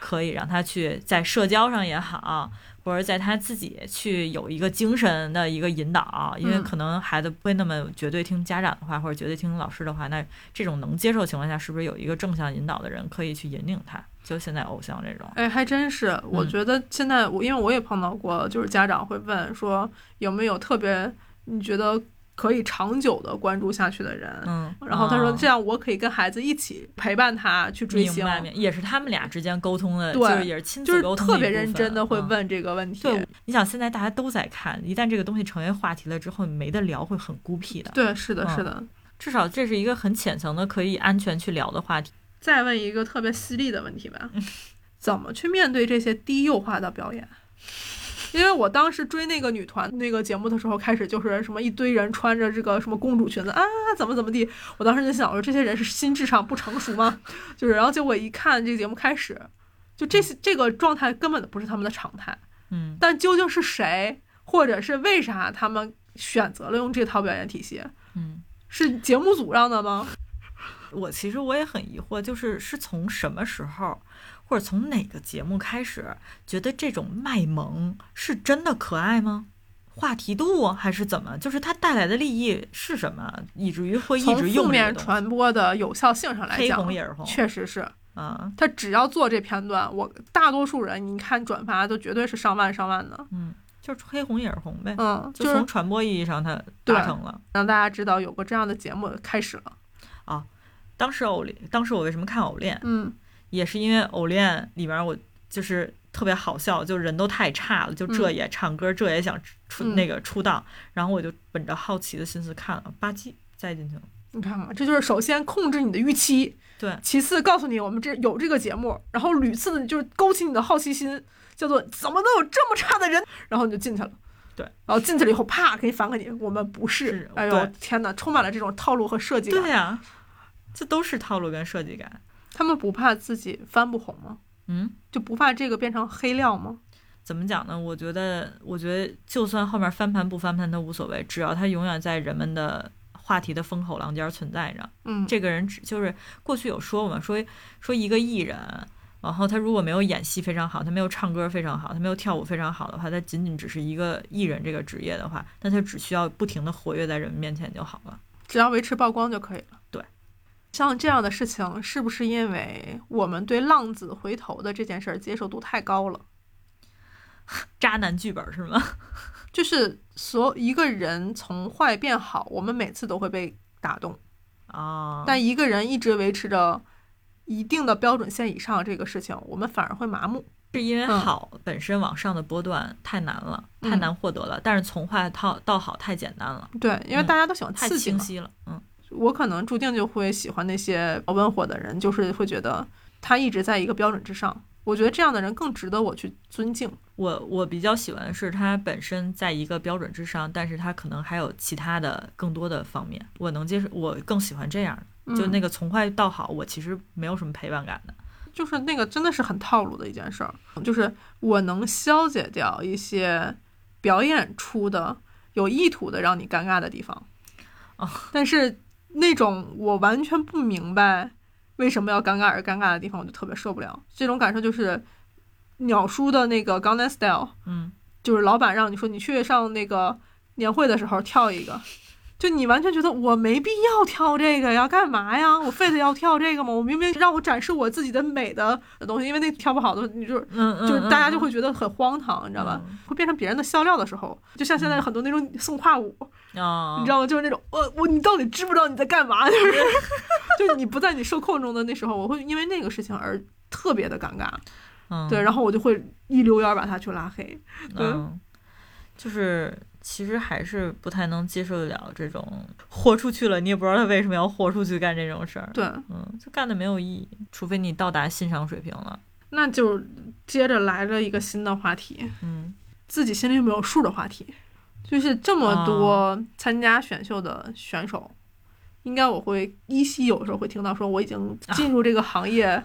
Speaker 2: 可以让他去在社交上也好，或者在他自己去有一个精神的一个引导，因为
Speaker 1: 嗯
Speaker 2: 可能孩子不会那么绝对听家长的话，或者绝对听老师的话，那这种能接受情况下，是不是有一个正向引导的人可以去引领他？就现在偶像这种，
Speaker 1: 哎，还真是，
Speaker 2: 嗯
Speaker 1: 我觉得现在我因为我也碰到过，就是家长会问说有没有特别你觉得可以长久的关注下去的人，
Speaker 2: 嗯，
Speaker 1: 然后他说
Speaker 2: 嗯
Speaker 1: 这样我可以跟孩子一起陪伴他去追
Speaker 2: 明
Speaker 1: 星，
Speaker 2: 白明白也是他们俩之间沟通的，
Speaker 1: 对
Speaker 2: 就是也是亲
Speaker 1: 就是
Speaker 2: 子沟通的
Speaker 1: 特
Speaker 2: 一
Speaker 1: 别
Speaker 2: 部
Speaker 1: 认
Speaker 2: 分
Speaker 1: 真的会
Speaker 2: 嗯
Speaker 1: 问这个问题。
Speaker 2: 对，你想现在大家都在看，一旦这个东西成为话题了之后，你没得聊会很孤僻的。
Speaker 1: 对，是的，
Speaker 2: 嗯
Speaker 1: 是的。
Speaker 2: 至少这是一个很浅层的可以安全去聊的话题。
Speaker 1: 再问一个特别犀利的问题吧， [LAUGHS] 怎么去面对这些低幼化的表演？因为我当时追那个女团那个节目的时候，开始就是什么一堆人穿着这个什么公主裙子啊，怎么怎么地，我当时就想，我说这些人是心智上不成熟吗？ [LAUGHS] 就是，然后结果一看这个节目开始，就这些这个状态根本不是他们的常态。
Speaker 2: 嗯，
Speaker 1: 但究竟是谁，或者是为啥他们选择了用这套表演体系？
Speaker 2: 嗯，
Speaker 1: 是节目组让的吗？
Speaker 2: 我其实我也很疑惑，就是是从什么时候，或者从哪个节目开始，觉得这种卖萌是真的可爱吗？话题度啊还是怎么？就是它带来的利益是什么，以至于会一
Speaker 1: 从
Speaker 2: 直
Speaker 1: 负
Speaker 2: 用这个
Speaker 1: 面
Speaker 2: 东西
Speaker 1: 传播的有效性上来
Speaker 2: 黑
Speaker 1: 讲
Speaker 2: 红，也是红
Speaker 1: 确实是
Speaker 2: 啊，
Speaker 1: 他只要做这片段，我大多数人你看转发都绝对是上万上万的，
Speaker 2: 就是黑红也是红呗，
Speaker 1: 嗯，
Speaker 2: 就
Speaker 1: 就
Speaker 2: 从
Speaker 1: 是
Speaker 2: 传播意义上它
Speaker 1: 对
Speaker 2: 达成了。
Speaker 1: 让大家知道有个这样的节目开始了，
Speaker 2: 当时偶练，当时我为什么看偶练，
Speaker 1: 嗯
Speaker 2: 也是因为偶练里面我就是特别好笑，就人都太差了，就这也唱歌，这也想出
Speaker 1: 嗯
Speaker 2: 那个出道，然后我就本着好奇的心思看了，吧唧栽进去了。
Speaker 1: 你看看，这就是首先控制你的预期，
Speaker 2: 对
Speaker 1: 其次告诉你我们这有这个节目，然后屡次就是勾起你的好奇心，叫做怎么能有这么差的人，然后你就进去了。
Speaker 2: 对，
Speaker 1: 然后进去了以后，啪，给你反给你，我们不是，
Speaker 2: 是
Speaker 1: 哎
Speaker 2: 对
Speaker 1: 呦天哪，充满了这种套路和设计
Speaker 2: 对
Speaker 1: 感。
Speaker 2: 呀、这都是套路跟设计感。
Speaker 1: 他们不怕自己翻不红吗？
Speaker 2: 嗯，
Speaker 1: 就不怕这个变成黑料吗？
Speaker 2: 怎么讲呢？我觉得，我觉得就算后面翻盘不翻盘都无所谓，只要他永远在人们的话题的风口浪尖儿存在着。
Speaker 1: 嗯，
Speaker 2: 这个人只就是过去有说过嘛，说说一个艺人，然后他如果没有演戏非常好，他没有唱歌非常好，他没有跳舞非常好的话，他仅仅只是一个艺人这个职业的话，那他只需要不停的活跃在人们面前就好了。
Speaker 1: 只要维持曝光就可以了。
Speaker 2: 对，
Speaker 1: 像这样的事情，是不是因为我们对浪子回头的这件事儿接受度太高了？
Speaker 2: 渣男剧本
Speaker 1: [LAUGHS]
Speaker 2: 是吗？
Speaker 1: 就是所一个人从坏变好，我们每次都会被打动，
Speaker 2: 啊、
Speaker 1: 但一个人一直维持着一定的标准线以上，这个事情我们反而会麻木。
Speaker 2: 是因为
Speaker 1: 嗯
Speaker 2: 好本身往上的波段太难了，太
Speaker 1: 嗯
Speaker 2: 难获得了，但是从坏到到好太简单了，
Speaker 1: 对，因为
Speaker 2: 嗯
Speaker 1: 大家都喜欢
Speaker 2: 太
Speaker 1: 刺激嘛
Speaker 2: 清。晰了。嗯，
Speaker 1: 我可能注定就会喜欢那些温火的人，就是会觉得他一直在一个标准之上。我觉得这样的人更值得我去尊敬。
Speaker 2: 我我比较喜欢的是它本身在一个标准之上，但是它可能还有其他的更多的方面，我能接受，我更喜欢这样的。就
Speaker 1: 嗯
Speaker 2: 那个从坏到好，我其实没有什么陪伴感的。
Speaker 1: 就是那个真的是很套路的一件事儿，就是我能消解掉一些表演出的有意图的让你尴尬的地方，
Speaker 2: 哦
Speaker 1: 但是那种我完全不明白为什么要尴尬而尴尬的地方，我就特别受不了。这种感受就是鸟叔的那个《Gangnam Style》，
Speaker 2: 嗯，
Speaker 1: 就是老板让你说你去上那个年会的时候跳一个，就你完全觉得我没必要跳这个呀，干嘛呀？我非得要跳这个吗？我明明让我展示我自己的美的东西，因为那跳不好的你就
Speaker 2: 嗯嗯，
Speaker 1: 就是大家
Speaker 2: 嗯
Speaker 1: 就会觉得很荒唐，你知道吧？？
Speaker 2: 嗯
Speaker 1: 会变成别人的笑料的时候，就像现在很多那种送胯舞，
Speaker 2: 哦，
Speaker 1: 你知道吗？就是那种呃我我你到底知不知道你在干嘛？就是 [LAUGHS] 就是你不在你受控中的那时候，我会因为那个事情而特别的尴尬，
Speaker 2: 嗯，
Speaker 1: 对，然后我就会一溜烟儿把他去拉黑，
Speaker 2: 嗯，就是其实还是不太能接受得了这种豁出去了，你也不知道他为什么要豁出去干这种事儿。
Speaker 1: 对。
Speaker 2: 嗯，就干的没有意义，除非你到达欣赏水平了。
Speaker 1: 那就接着来了一个新的话题，
Speaker 2: 嗯，
Speaker 1: 自己心里有没有数的话题，就是这么多参加选秀的选手，应该我会依稀有时候会听到说我已经进入这个行业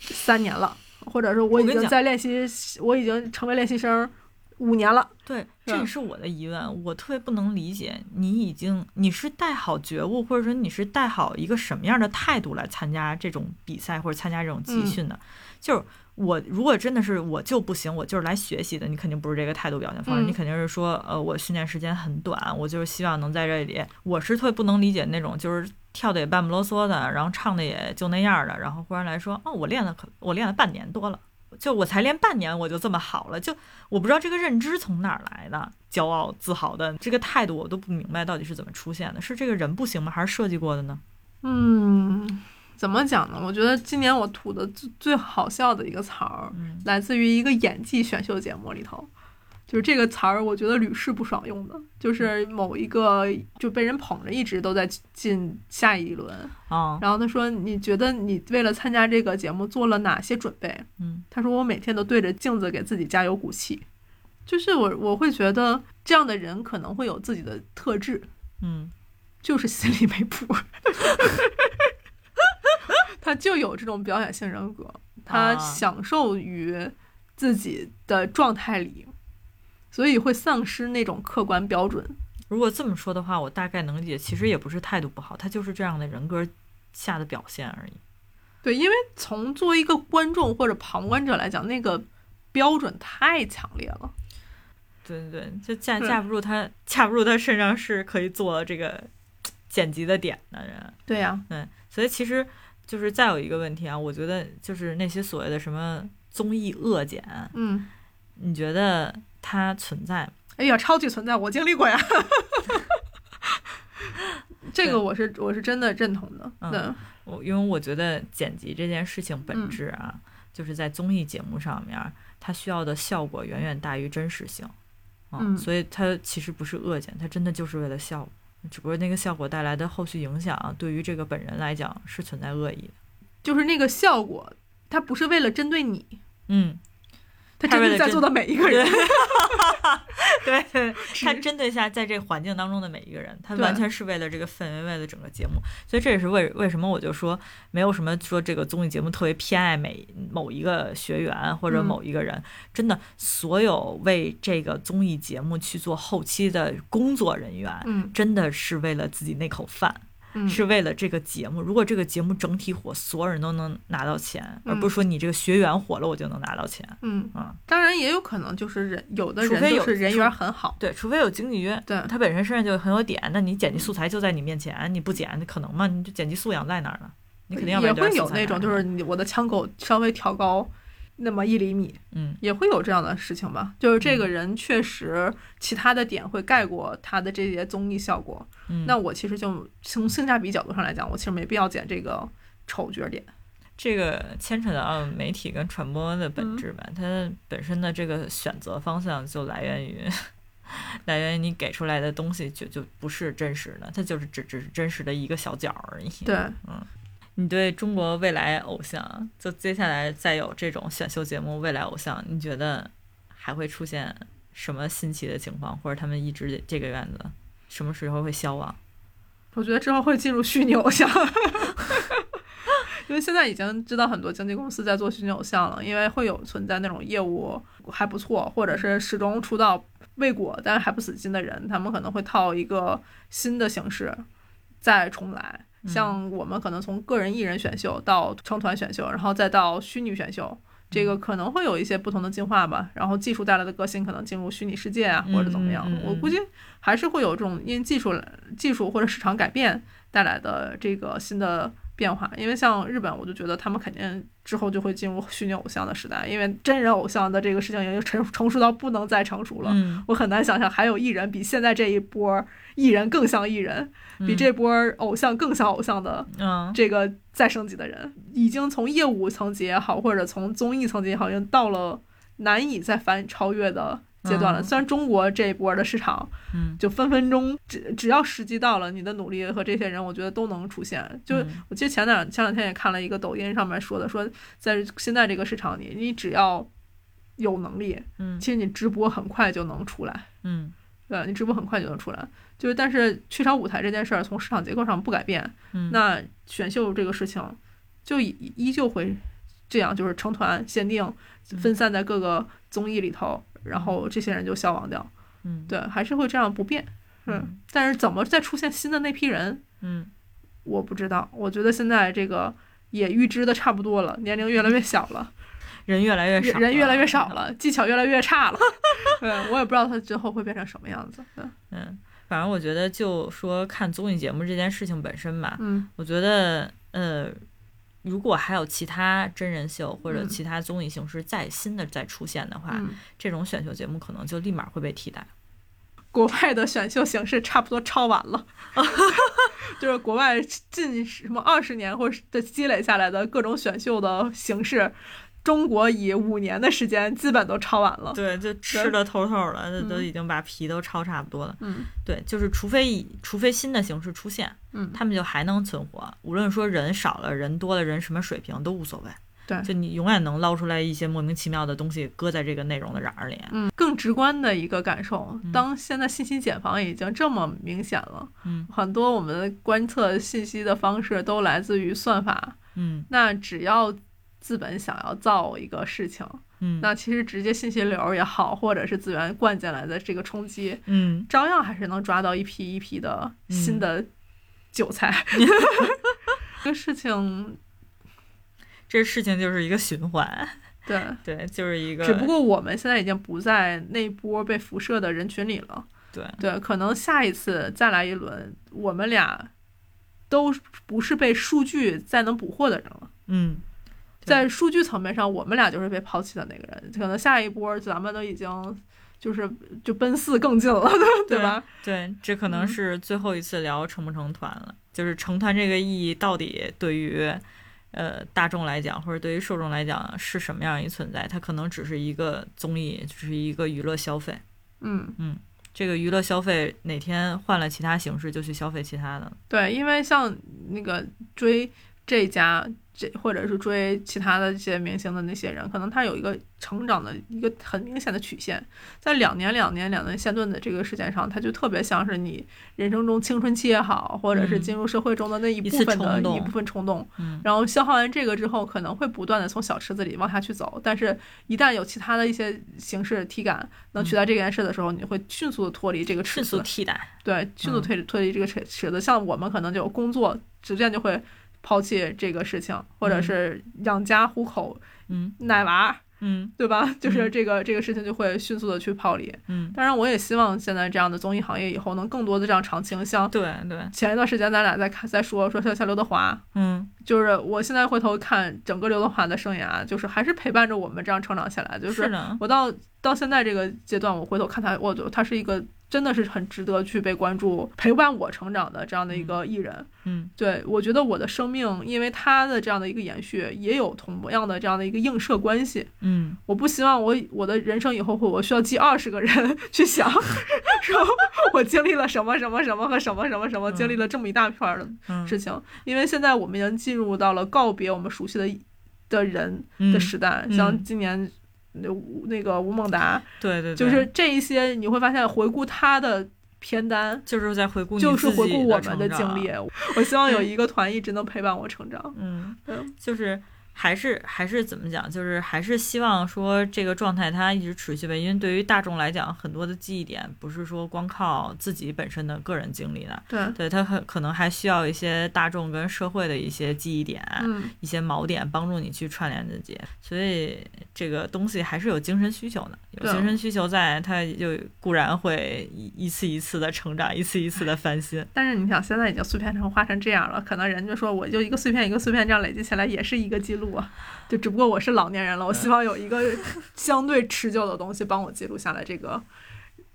Speaker 1: 三年了，或者说我已
Speaker 2: 我跟
Speaker 1: 经
Speaker 2: 你
Speaker 1: 在练习，我已经成为练习生五年了。
Speaker 2: 对，
Speaker 1: 是
Speaker 2: 这也是我的疑问，我特别不能理解，你已经你是带好觉悟，或者说你是带好一个什么样的态度来参加这种比赛或者参加这种集
Speaker 1: 嗯
Speaker 2: 训的？就是我如果真的是我就不行，我就是来学习的，你肯定不是这个态度表现方式，
Speaker 1: 嗯
Speaker 2: 你肯定是说，呃，我训练时间很短，我就是希望能在这里，我是特别不能理解那种就是。跳的也半不啰嗦的，然后唱的也就那样的，然后忽然来说，哦，我练了可我练了半年多了，就我才练半年我就这么好了，就我不知道这个认知从哪儿来的，骄傲自豪的这个态度，我都不明白到底是怎么出现的，是这个人不行吗？还是设计过的呢？
Speaker 1: 嗯，怎么讲呢？我觉得今年我吐的最最好笑的一个词儿，
Speaker 2: 嗯
Speaker 1: 来自于一个演技选秀节目里头，就是这个词儿，我觉得屡试不爽用的，就是某一个就被人捧着，一直都在进下一轮。
Speaker 2: 啊，
Speaker 1: 然后他说：“你觉得你为了参加这个节目做了哪些准备
Speaker 2: 嗯？”
Speaker 1: 他说：“我每天都对着镜子给自己加油鼓气。”就是我我会觉得这样的人可能会有自己的特质，
Speaker 2: 嗯
Speaker 1: 就是心里没谱， [LAUGHS] 他就有这种表演性人格，他
Speaker 2: 啊
Speaker 1: 享受于自己的状态里，所以会丧失那种客观标准。
Speaker 2: 如果这么说的话，我大概能理解，其实也不是态度不好，他就是这样的人格下的表现而已。
Speaker 1: 对，因为从作为一个观众或者旁观者来讲，那个标准太强烈了。
Speaker 2: 对对嗯对，就架
Speaker 1: 是
Speaker 2: 架不住他，架不住他身上是可以做这个剪辑的点的人。
Speaker 1: 对呀、
Speaker 2: 对，所以其实就是再有一个问题啊，我觉得就是那些所谓的什么综艺恶剪，
Speaker 1: 嗯，
Speaker 2: 你觉得它存在吗？
Speaker 1: 哎呀，超级存在，我经历过呀。 [LAUGHS] 这个我是我是真的认同的，
Speaker 2: 嗯
Speaker 1: 对，
Speaker 2: 我因为我觉得剪辑这件事情
Speaker 1: 嗯
Speaker 2: 本质啊，就是在综艺节目上面，它需要的效果远远大于真实性。
Speaker 1: 嗯
Speaker 2: 所以它其实不是恶剪，它真的就是为了效果，只不过那个效果带来的后续影响，对于这个本人来讲是存在恶意的。
Speaker 1: 就是那个效果，它不是为了针对你，
Speaker 2: 嗯，
Speaker 1: 他针对在座的每一个人，
Speaker 2: [LAUGHS] 对对，
Speaker 1: [LAUGHS]
Speaker 2: 他针对下在这个环境当中的每一个人，他完全是为了这个氛围，为了整个节目，所以这也是为为什么我就说没有什么说这个综艺节目特别偏爱每某一个学员或者某一个人，
Speaker 1: 嗯、
Speaker 2: 真的所有为这个综艺节目去做后期的工作人员，
Speaker 1: 嗯，
Speaker 2: 真的是为了自己那口饭。
Speaker 1: 嗯、
Speaker 2: 是为了这个节目，如果这个节目整体火，所有人都能拿到钱，
Speaker 1: 嗯、
Speaker 2: 而不是说你这个学员火了我就能拿到钱。
Speaker 1: 嗯
Speaker 2: 啊，嗯
Speaker 1: 当然也有可能就是人有的
Speaker 2: 除非
Speaker 1: 人
Speaker 2: 有
Speaker 1: 就是人缘很好，
Speaker 2: 对，除非有经纪约，
Speaker 1: 对
Speaker 2: 他本身身上就很有点，那你剪辑素材就在你面前，你不剪可能吗？你这剪辑素养在哪儿呢？你肯定要
Speaker 1: 也
Speaker 2: 把这
Speaker 1: 会
Speaker 2: 段
Speaker 1: 有
Speaker 2: 素材
Speaker 1: 那种
Speaker 2: 拿
Speaker 1: 就
Speaker 2: 出来
Speaker 1: 是你我的枪口稍微调高那么一厘米，
Speaker 2: 嗯
Speaker 1: 也会有这样的事情吧。就是这个人确实其他的点会盖过他的这些综艺效果，
Speaker 2: 嗯，
Speaker 1: 那我其实就从性价比角度上来讲，我其实没必要剪这个丑角点。
Speaker 2: 这个牵扯到媒体跟传播的本质
Speaker 1: 嗯
Speaker 2: 吧，它本身的这个选择方向就来源于来源于你给出来的东西就就不是真实的，它就是只只是真实的一个小角而已。
Speaker 1: 对，
Speaker 2: 你对中国未来偶像，就接下来再有这种选秀节目未来偶像，你觉得还会出现什么新奇的情况，或者他们一直这个院子什么时候会消亡？
Speaker 1: 我觉得之后会进入虚拟偶像， [LAUGHS] 因为现在已经知道很多经纪公司在做虚拟偶像了，因为会有存在那种业务还不错，或者是始终出道未果但还不死心的人，他们可能会套一个新的形式再重来。
Speaker 2: 嗯
Speaker 1: 像我们可能从个人艺人选秀到成团选秀，然后再到虚拟选秀，这
Speaker 2: 嗯
Speaker 1: 个可能会有一些不同的进化吧。然后技术带来的革新可能进入虚拟世界啊，或者怎么样
Speaker 2: 嗯嗯嗯，
Speaker 1: 我估计还是会有这种因技术技术或者市场改变带来的这个新的变化。因为像日本，我就觉得他们肯定之后就会进入虚拟偶像的时代，因为真人偶像的这个事情已经成成熟到不能再成熟了。
Speaker 2: 嗯，
Speaker 1: 我很难想象还有艺人比现在这一波艺人更像艺人，比这波偶像更像偶像的
Speaker 2: 嗯
Speaker 1: 这个再升级的人，已经从业务层级也好，或者从综艺层级也好，已经到了难以再反超越的阶段了。
Speaker 2: 嗯
Speaker 1: 虽然中国这一波的市场
Speaker 2: 嗯，
Speaker 1: 就分分钟，只只要时机到了，你的努力和这些人，我觉得都能出现。就、
Speaker 2: 嗯
Speaker 1: 我记得前两前两天也看了一个抖音上面说的，说在现在这个市场里，你只要有能力，
Speaker 2: 嗯
Speaker 1: 其实你直播很快就能出来。
Speaker 2: 嗯
Speaker 1: 对，你直播很快就能出来。就是，但是缺少舞台这件事儿，从市场结构上不改变，
Speaker 2: 嗯
Speaker 1: 那选秀这个事情就依依旧会这样，就是成团限定，分散在各个综艺里头，然后这些人就消亡掉。
Speaker 2: 嗯
Speaker 1: 对，还是会这样不变。嗯，但是怎么再出现新的那批人，
Speaker 2: 嗯
Speaker 1: 我不知道。我觉得现在这个也预知的差不多了，年龄越来越小了。
Speaker 2: 人 [LAUGHS] 越来越少，
Speaker 1: 人人越来越少。了，技巧越来越差
Speaker 2: [LAUGHS]
Speaker 1: 了。对， [LAUGHS] 我也不知道他之后会变成什么样子。对，
Speaker 2: 嗯，反正我觉得就说看综艺节目这件事情本身吧，
Speaker 1: 嗯
Speaker 2: 我觉得呃。如果还有其他真人秀或者
Speaker 1: 嗯
Speaker 2: 其他综艺形式再新的再出现的话，
Speaker 1: 嗯，
Speaker 2: 这种选秀节目可能就立马会被替代。
Speaker 1: 国外的选秀形式差不多抄完了， [LAUGHS] 就是国外近什么二十年或者的积累下来的各种选秀的形式，中国以五年的时间基本都抄完了。
Speaker 2: 对，就吃的透透了，这都已经把皮都抄差不多了。
Speaker 1: 嗯
Speaker 2: 对，就是除非以除非新的形式出现，
Speaker 1: 嗯
Speaker 2: 他们就还能存活。无论说人少了、人多了、人什么水平都无所谓。
Speaker 1: 对
Speaker 2: 就你永远能捞出来一些莫名其妙的东西，搁在这个内容的瓤儿里。
Speaker 1: 嗯，更直观的一个感受
Speaker 2: 嗯，
Speaker 1: 当现在信息茧房已经这么明显了，
Speaker 2: 嗯
Speaker 1: 很多我们观测信息的方式都来自于算法。
Speaker 2: 嗯
Speaker 1: 那只要资本想要造一个事情，
Speaker 2: 嗯
Speaker 1: 那其实直接信息流也好，或者是资源灌进来的这个冲击，
Speaker 2: 嗯，
Speaker 1: 照样还是能抓到一批一批的
Speaker 2: 嗯
Speaker 1: 新的韭
Speaker 2: [LAUGHS]
Speaker 1: 菜。这个事情，
Speaker 2: 这事情就是一个循环， [LAUGHS]
Speaker 1: 对，
Speaker 2: 对，就是一个。
Speaker 1: 只不过我们现在已经不在那波被辐射的人群里了。
Speaker 2: 对
Speaker 1: 对，可能下一次再来一轮，我们俩都不是被数据再能捕获的人了。
Speaker 2: 嗯对
Speaker 1: 在数据层面上，我们俩就是被抛弃的那个人。可能下一波咱们都已经就是就奔四更近了， [LAUGHS] 对吧？
Speaker 2: 对，这可能
Speaker 1: 嗯
Speaker 2: 是最后一次聊成不成团了。就是成团这个意义到底对于呃大众来讲，或者对于受众来讲是什么样一存在？它可能只是一个综艺，只是一个娱乐消费。
Speaker 1: 嗯，
Speaker 2: 这个娱乐消费哪天换了其他形式，就去消费其他的。
Speaker 1: 对，因为像那个追这家这或者是追其他的这些明星的那些人，可能他有一个成长的一个很明显的曲线，在两年、两年、两年线段的这个时间上，他就特别像是你人生中青春期也好，或者是进入社会中的那一部分的
Speaker 2: 嗯嗯一次冲动
Speaker 1: 一部分冲动，
Speaker 2: 嗯
Speaker 1: 然后消耗完这个之后，可能会不断的从小池子里往下去走，但是一旦有其他的一些形式体感能取代这件事的时候，你会迅速的脱离这个池
Speaker 2: 嗯迅
Speaker 1: 子
Speaker 2: 速，替代。
Speaker 1: 对，迅速
Speaker 2: 嗯
Speaker 1: 脱离脱离这个池池子。像我们可能就有工作，逐渐就会抛弃这个事情，或者是养家糊口、
Speaker 2: 嗯
Speaker 1: 奶娃，
Speaker 2: 嗯
Speaker 1: 对吧？ [LAUGHS] 就是这个这个事情就会迅速的去抛离。
Speaker 2: 嗯，
Speaker 1: 当然，我也希望现在这样的综艺行业以后能更多的这样长青，像
Speaker 2: 对对，
Speaker 1: 前一段时间咱俩在看在说说像像刘德华，
Speaker 2: 嗯
Speaker 1: 就是我现在回头看整个刘德华的生涯，就是还是陪伴着我们这样成长下来。就是是
Speaker 2: 的，
Speaker 1: 我到到现在这个阶段，我回头看他，我就他是一个真的是很值得去被关注、陪伴我成长的这样的一个艺人。
Speaker 2: 嗯
Speaker 1: 对我觉得我的生命因为他的这样的一个延续，也有同样的这样的一个映射关系。
Speaker 2: 嗯，
Speaker 1: 我不希望我我的人生以后会我需要记二十个人 [LAUGHS] 去想，说我经历了什么什么什么和什么什么什么，
Speaker 2: 嗯
Speaker 1: 经历了这么一大片儿的
Speaker 2: 嗯
Speaker 1: 事情，因为现在我们已经进入到了告别我们熟悉的的人的时代，
Speaker 2: 嗯
Speaker 1: 像今年。那吴那个吴孟达，
Speaker 2: 对对，对
Speaker 1: 就是这一些，你会发现回顾他的片单，
Speaker 2: 就是在回顾你
Speaker 1: 就是
Speaker 2: 自己
Speaker 1: 回顾我
Speaker 2: 成
Speaker 1: 们的经
Speaker 2: 长
Speaker 1: 历。。我希望有一个团一直能陪伴我成长。
Speaker 2: 嗯
Speaker 1: 嗯，
Speaker 2: 就是还是还是怎么讲，就是还是希望说这个状态它一直持续呗，因为对于大众来讲，很多的记忆点不是说光靠自己本身的个人经历的，
Speaker 1: 对，
Speaker 2: 对嗯它很可能还需要一些大众跟社会的一些记忆点。啊
Speaker 1: 嗯，
Speaker 2: 一些锚点帮助你去串联自己，所以这个东西还是有精神需求的。有
Speaker 1: 对
Speaker 2: 精神需求在，它就固然会一一次一次的成长，一次一次的翻新。
Speaker 1: 但是你想，现在已经碎片成化成这样了，可能人家说我就一个碎片一个碎片这样累积起来也是一个记录啊，就只不过我是老年人了，我希望有一个
Speaker 2: 嗯
Speaker 1: 相对持久的东西帮我记录下来这个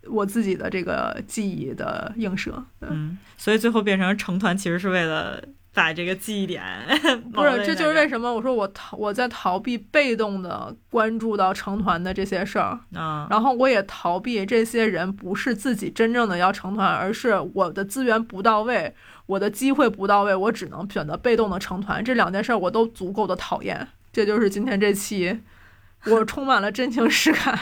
Speaker 1: 我自己的这个记忆的映射。嗯
Speaker 2: 嗯，所以最后变成成团，其实是为了把这个记忆点
Speaker 1: [LAUGHS] 不
Speaker 2: 锚在那
Speaker 1: 是，
Speaker 2: 边，
Speaker 1: 这就是为什么我说我逃我在逃避被动的关注到成团的这些事儿，
Speaker 2: 啊，
Speaker 1: 然后我也逃避这些人不是自己真正的要成团，而是我的资源不到位，我的机会不到位，我只能选择被动的成团。这两件事儿我都足够的讨厌。这就是今天这期我充满了真情实感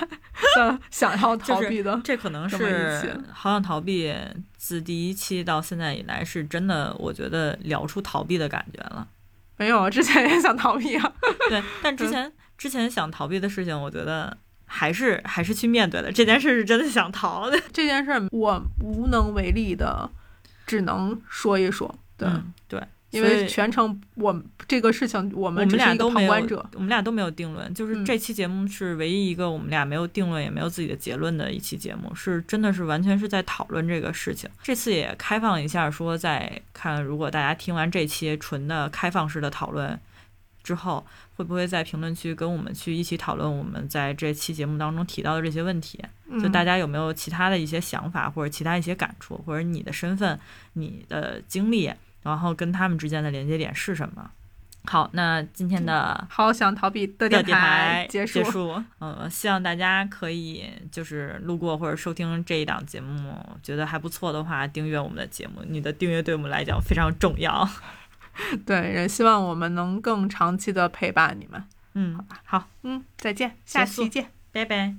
Speaker 1: 的想要逃避的。
Speaker 2: 这可能
Speaker 1: 这么一起
Speaker 2: 是好想逃避自第一期到现在以来，是真的，我觉得聊出逃避的感觉
Speaker 1: [LAUGHS]
Speaker 2: 了。
Speaker 1: 没有，之前也想逃避啊。
Speaker 2: 对，但之
Speaker 1: 嗯
Speaker 2: 前之前想逃避的事情，我觉得还是还是去面对的。这件事是真的想逃的。
Speaker 1: 这件事儿我无能为力的，只能说一说。对，
Speaker 2: 嗯对，
Speaker 1: 因
Speaker 2: 所
Speaker 1: 为
Speaker 2: 以
Speaker 1: 全程我这个事情我
Speaker 2: 我
Speaker 1: 们
Speaker 2: 们
Speaker 1: 只是
Speaker 2: 俩
Speaker 1: 一个
Speaker 2: 都
Speaker 1: 旁
Speaker 2: 没有
Speaker 1: 观者。，
Speaker 2: 我们俩都没有定论，就是
Speaker 1: 嗯
Speaker 2: 这期节目是唯一一个我们俩没有定论也没有自己的结论的一期节目，是真的是完全是在讨论这个事情。这次也开放一下，说再看如果大家听完这期纯的开放式的讨论之后，会不会在评论区跟我们去一起讨论我们在这期节目当中提到的这些问题？就
Speaker 1: 嗯
Speaker 2: 大家有没有其他的一些想法，或者其他一些感触，或者你的身份、你的经历，然后跟他们之间的连接点是什么？好，那今天的
Speaker 1: 好想逃避的
Speaker 2: 调
Speaker 1: 嗯电
Speaker 2: 电台
Speaker 1: 结
Speaker 2: 束。呃，希望大家可以就是路过或者收听这一档节目，觉得还不错的话，订阅我们的节目。你的订阅对我们来讲非常重要。
Speaker 1: 对，也希望我们能更长期的陪伴你们。
Speaker 2: 嗯，好，
Speaker 1: 嗯，再见，下
Speaker 2: 结束
Speaker 1: 期见。
Speaker 2: 拜拜。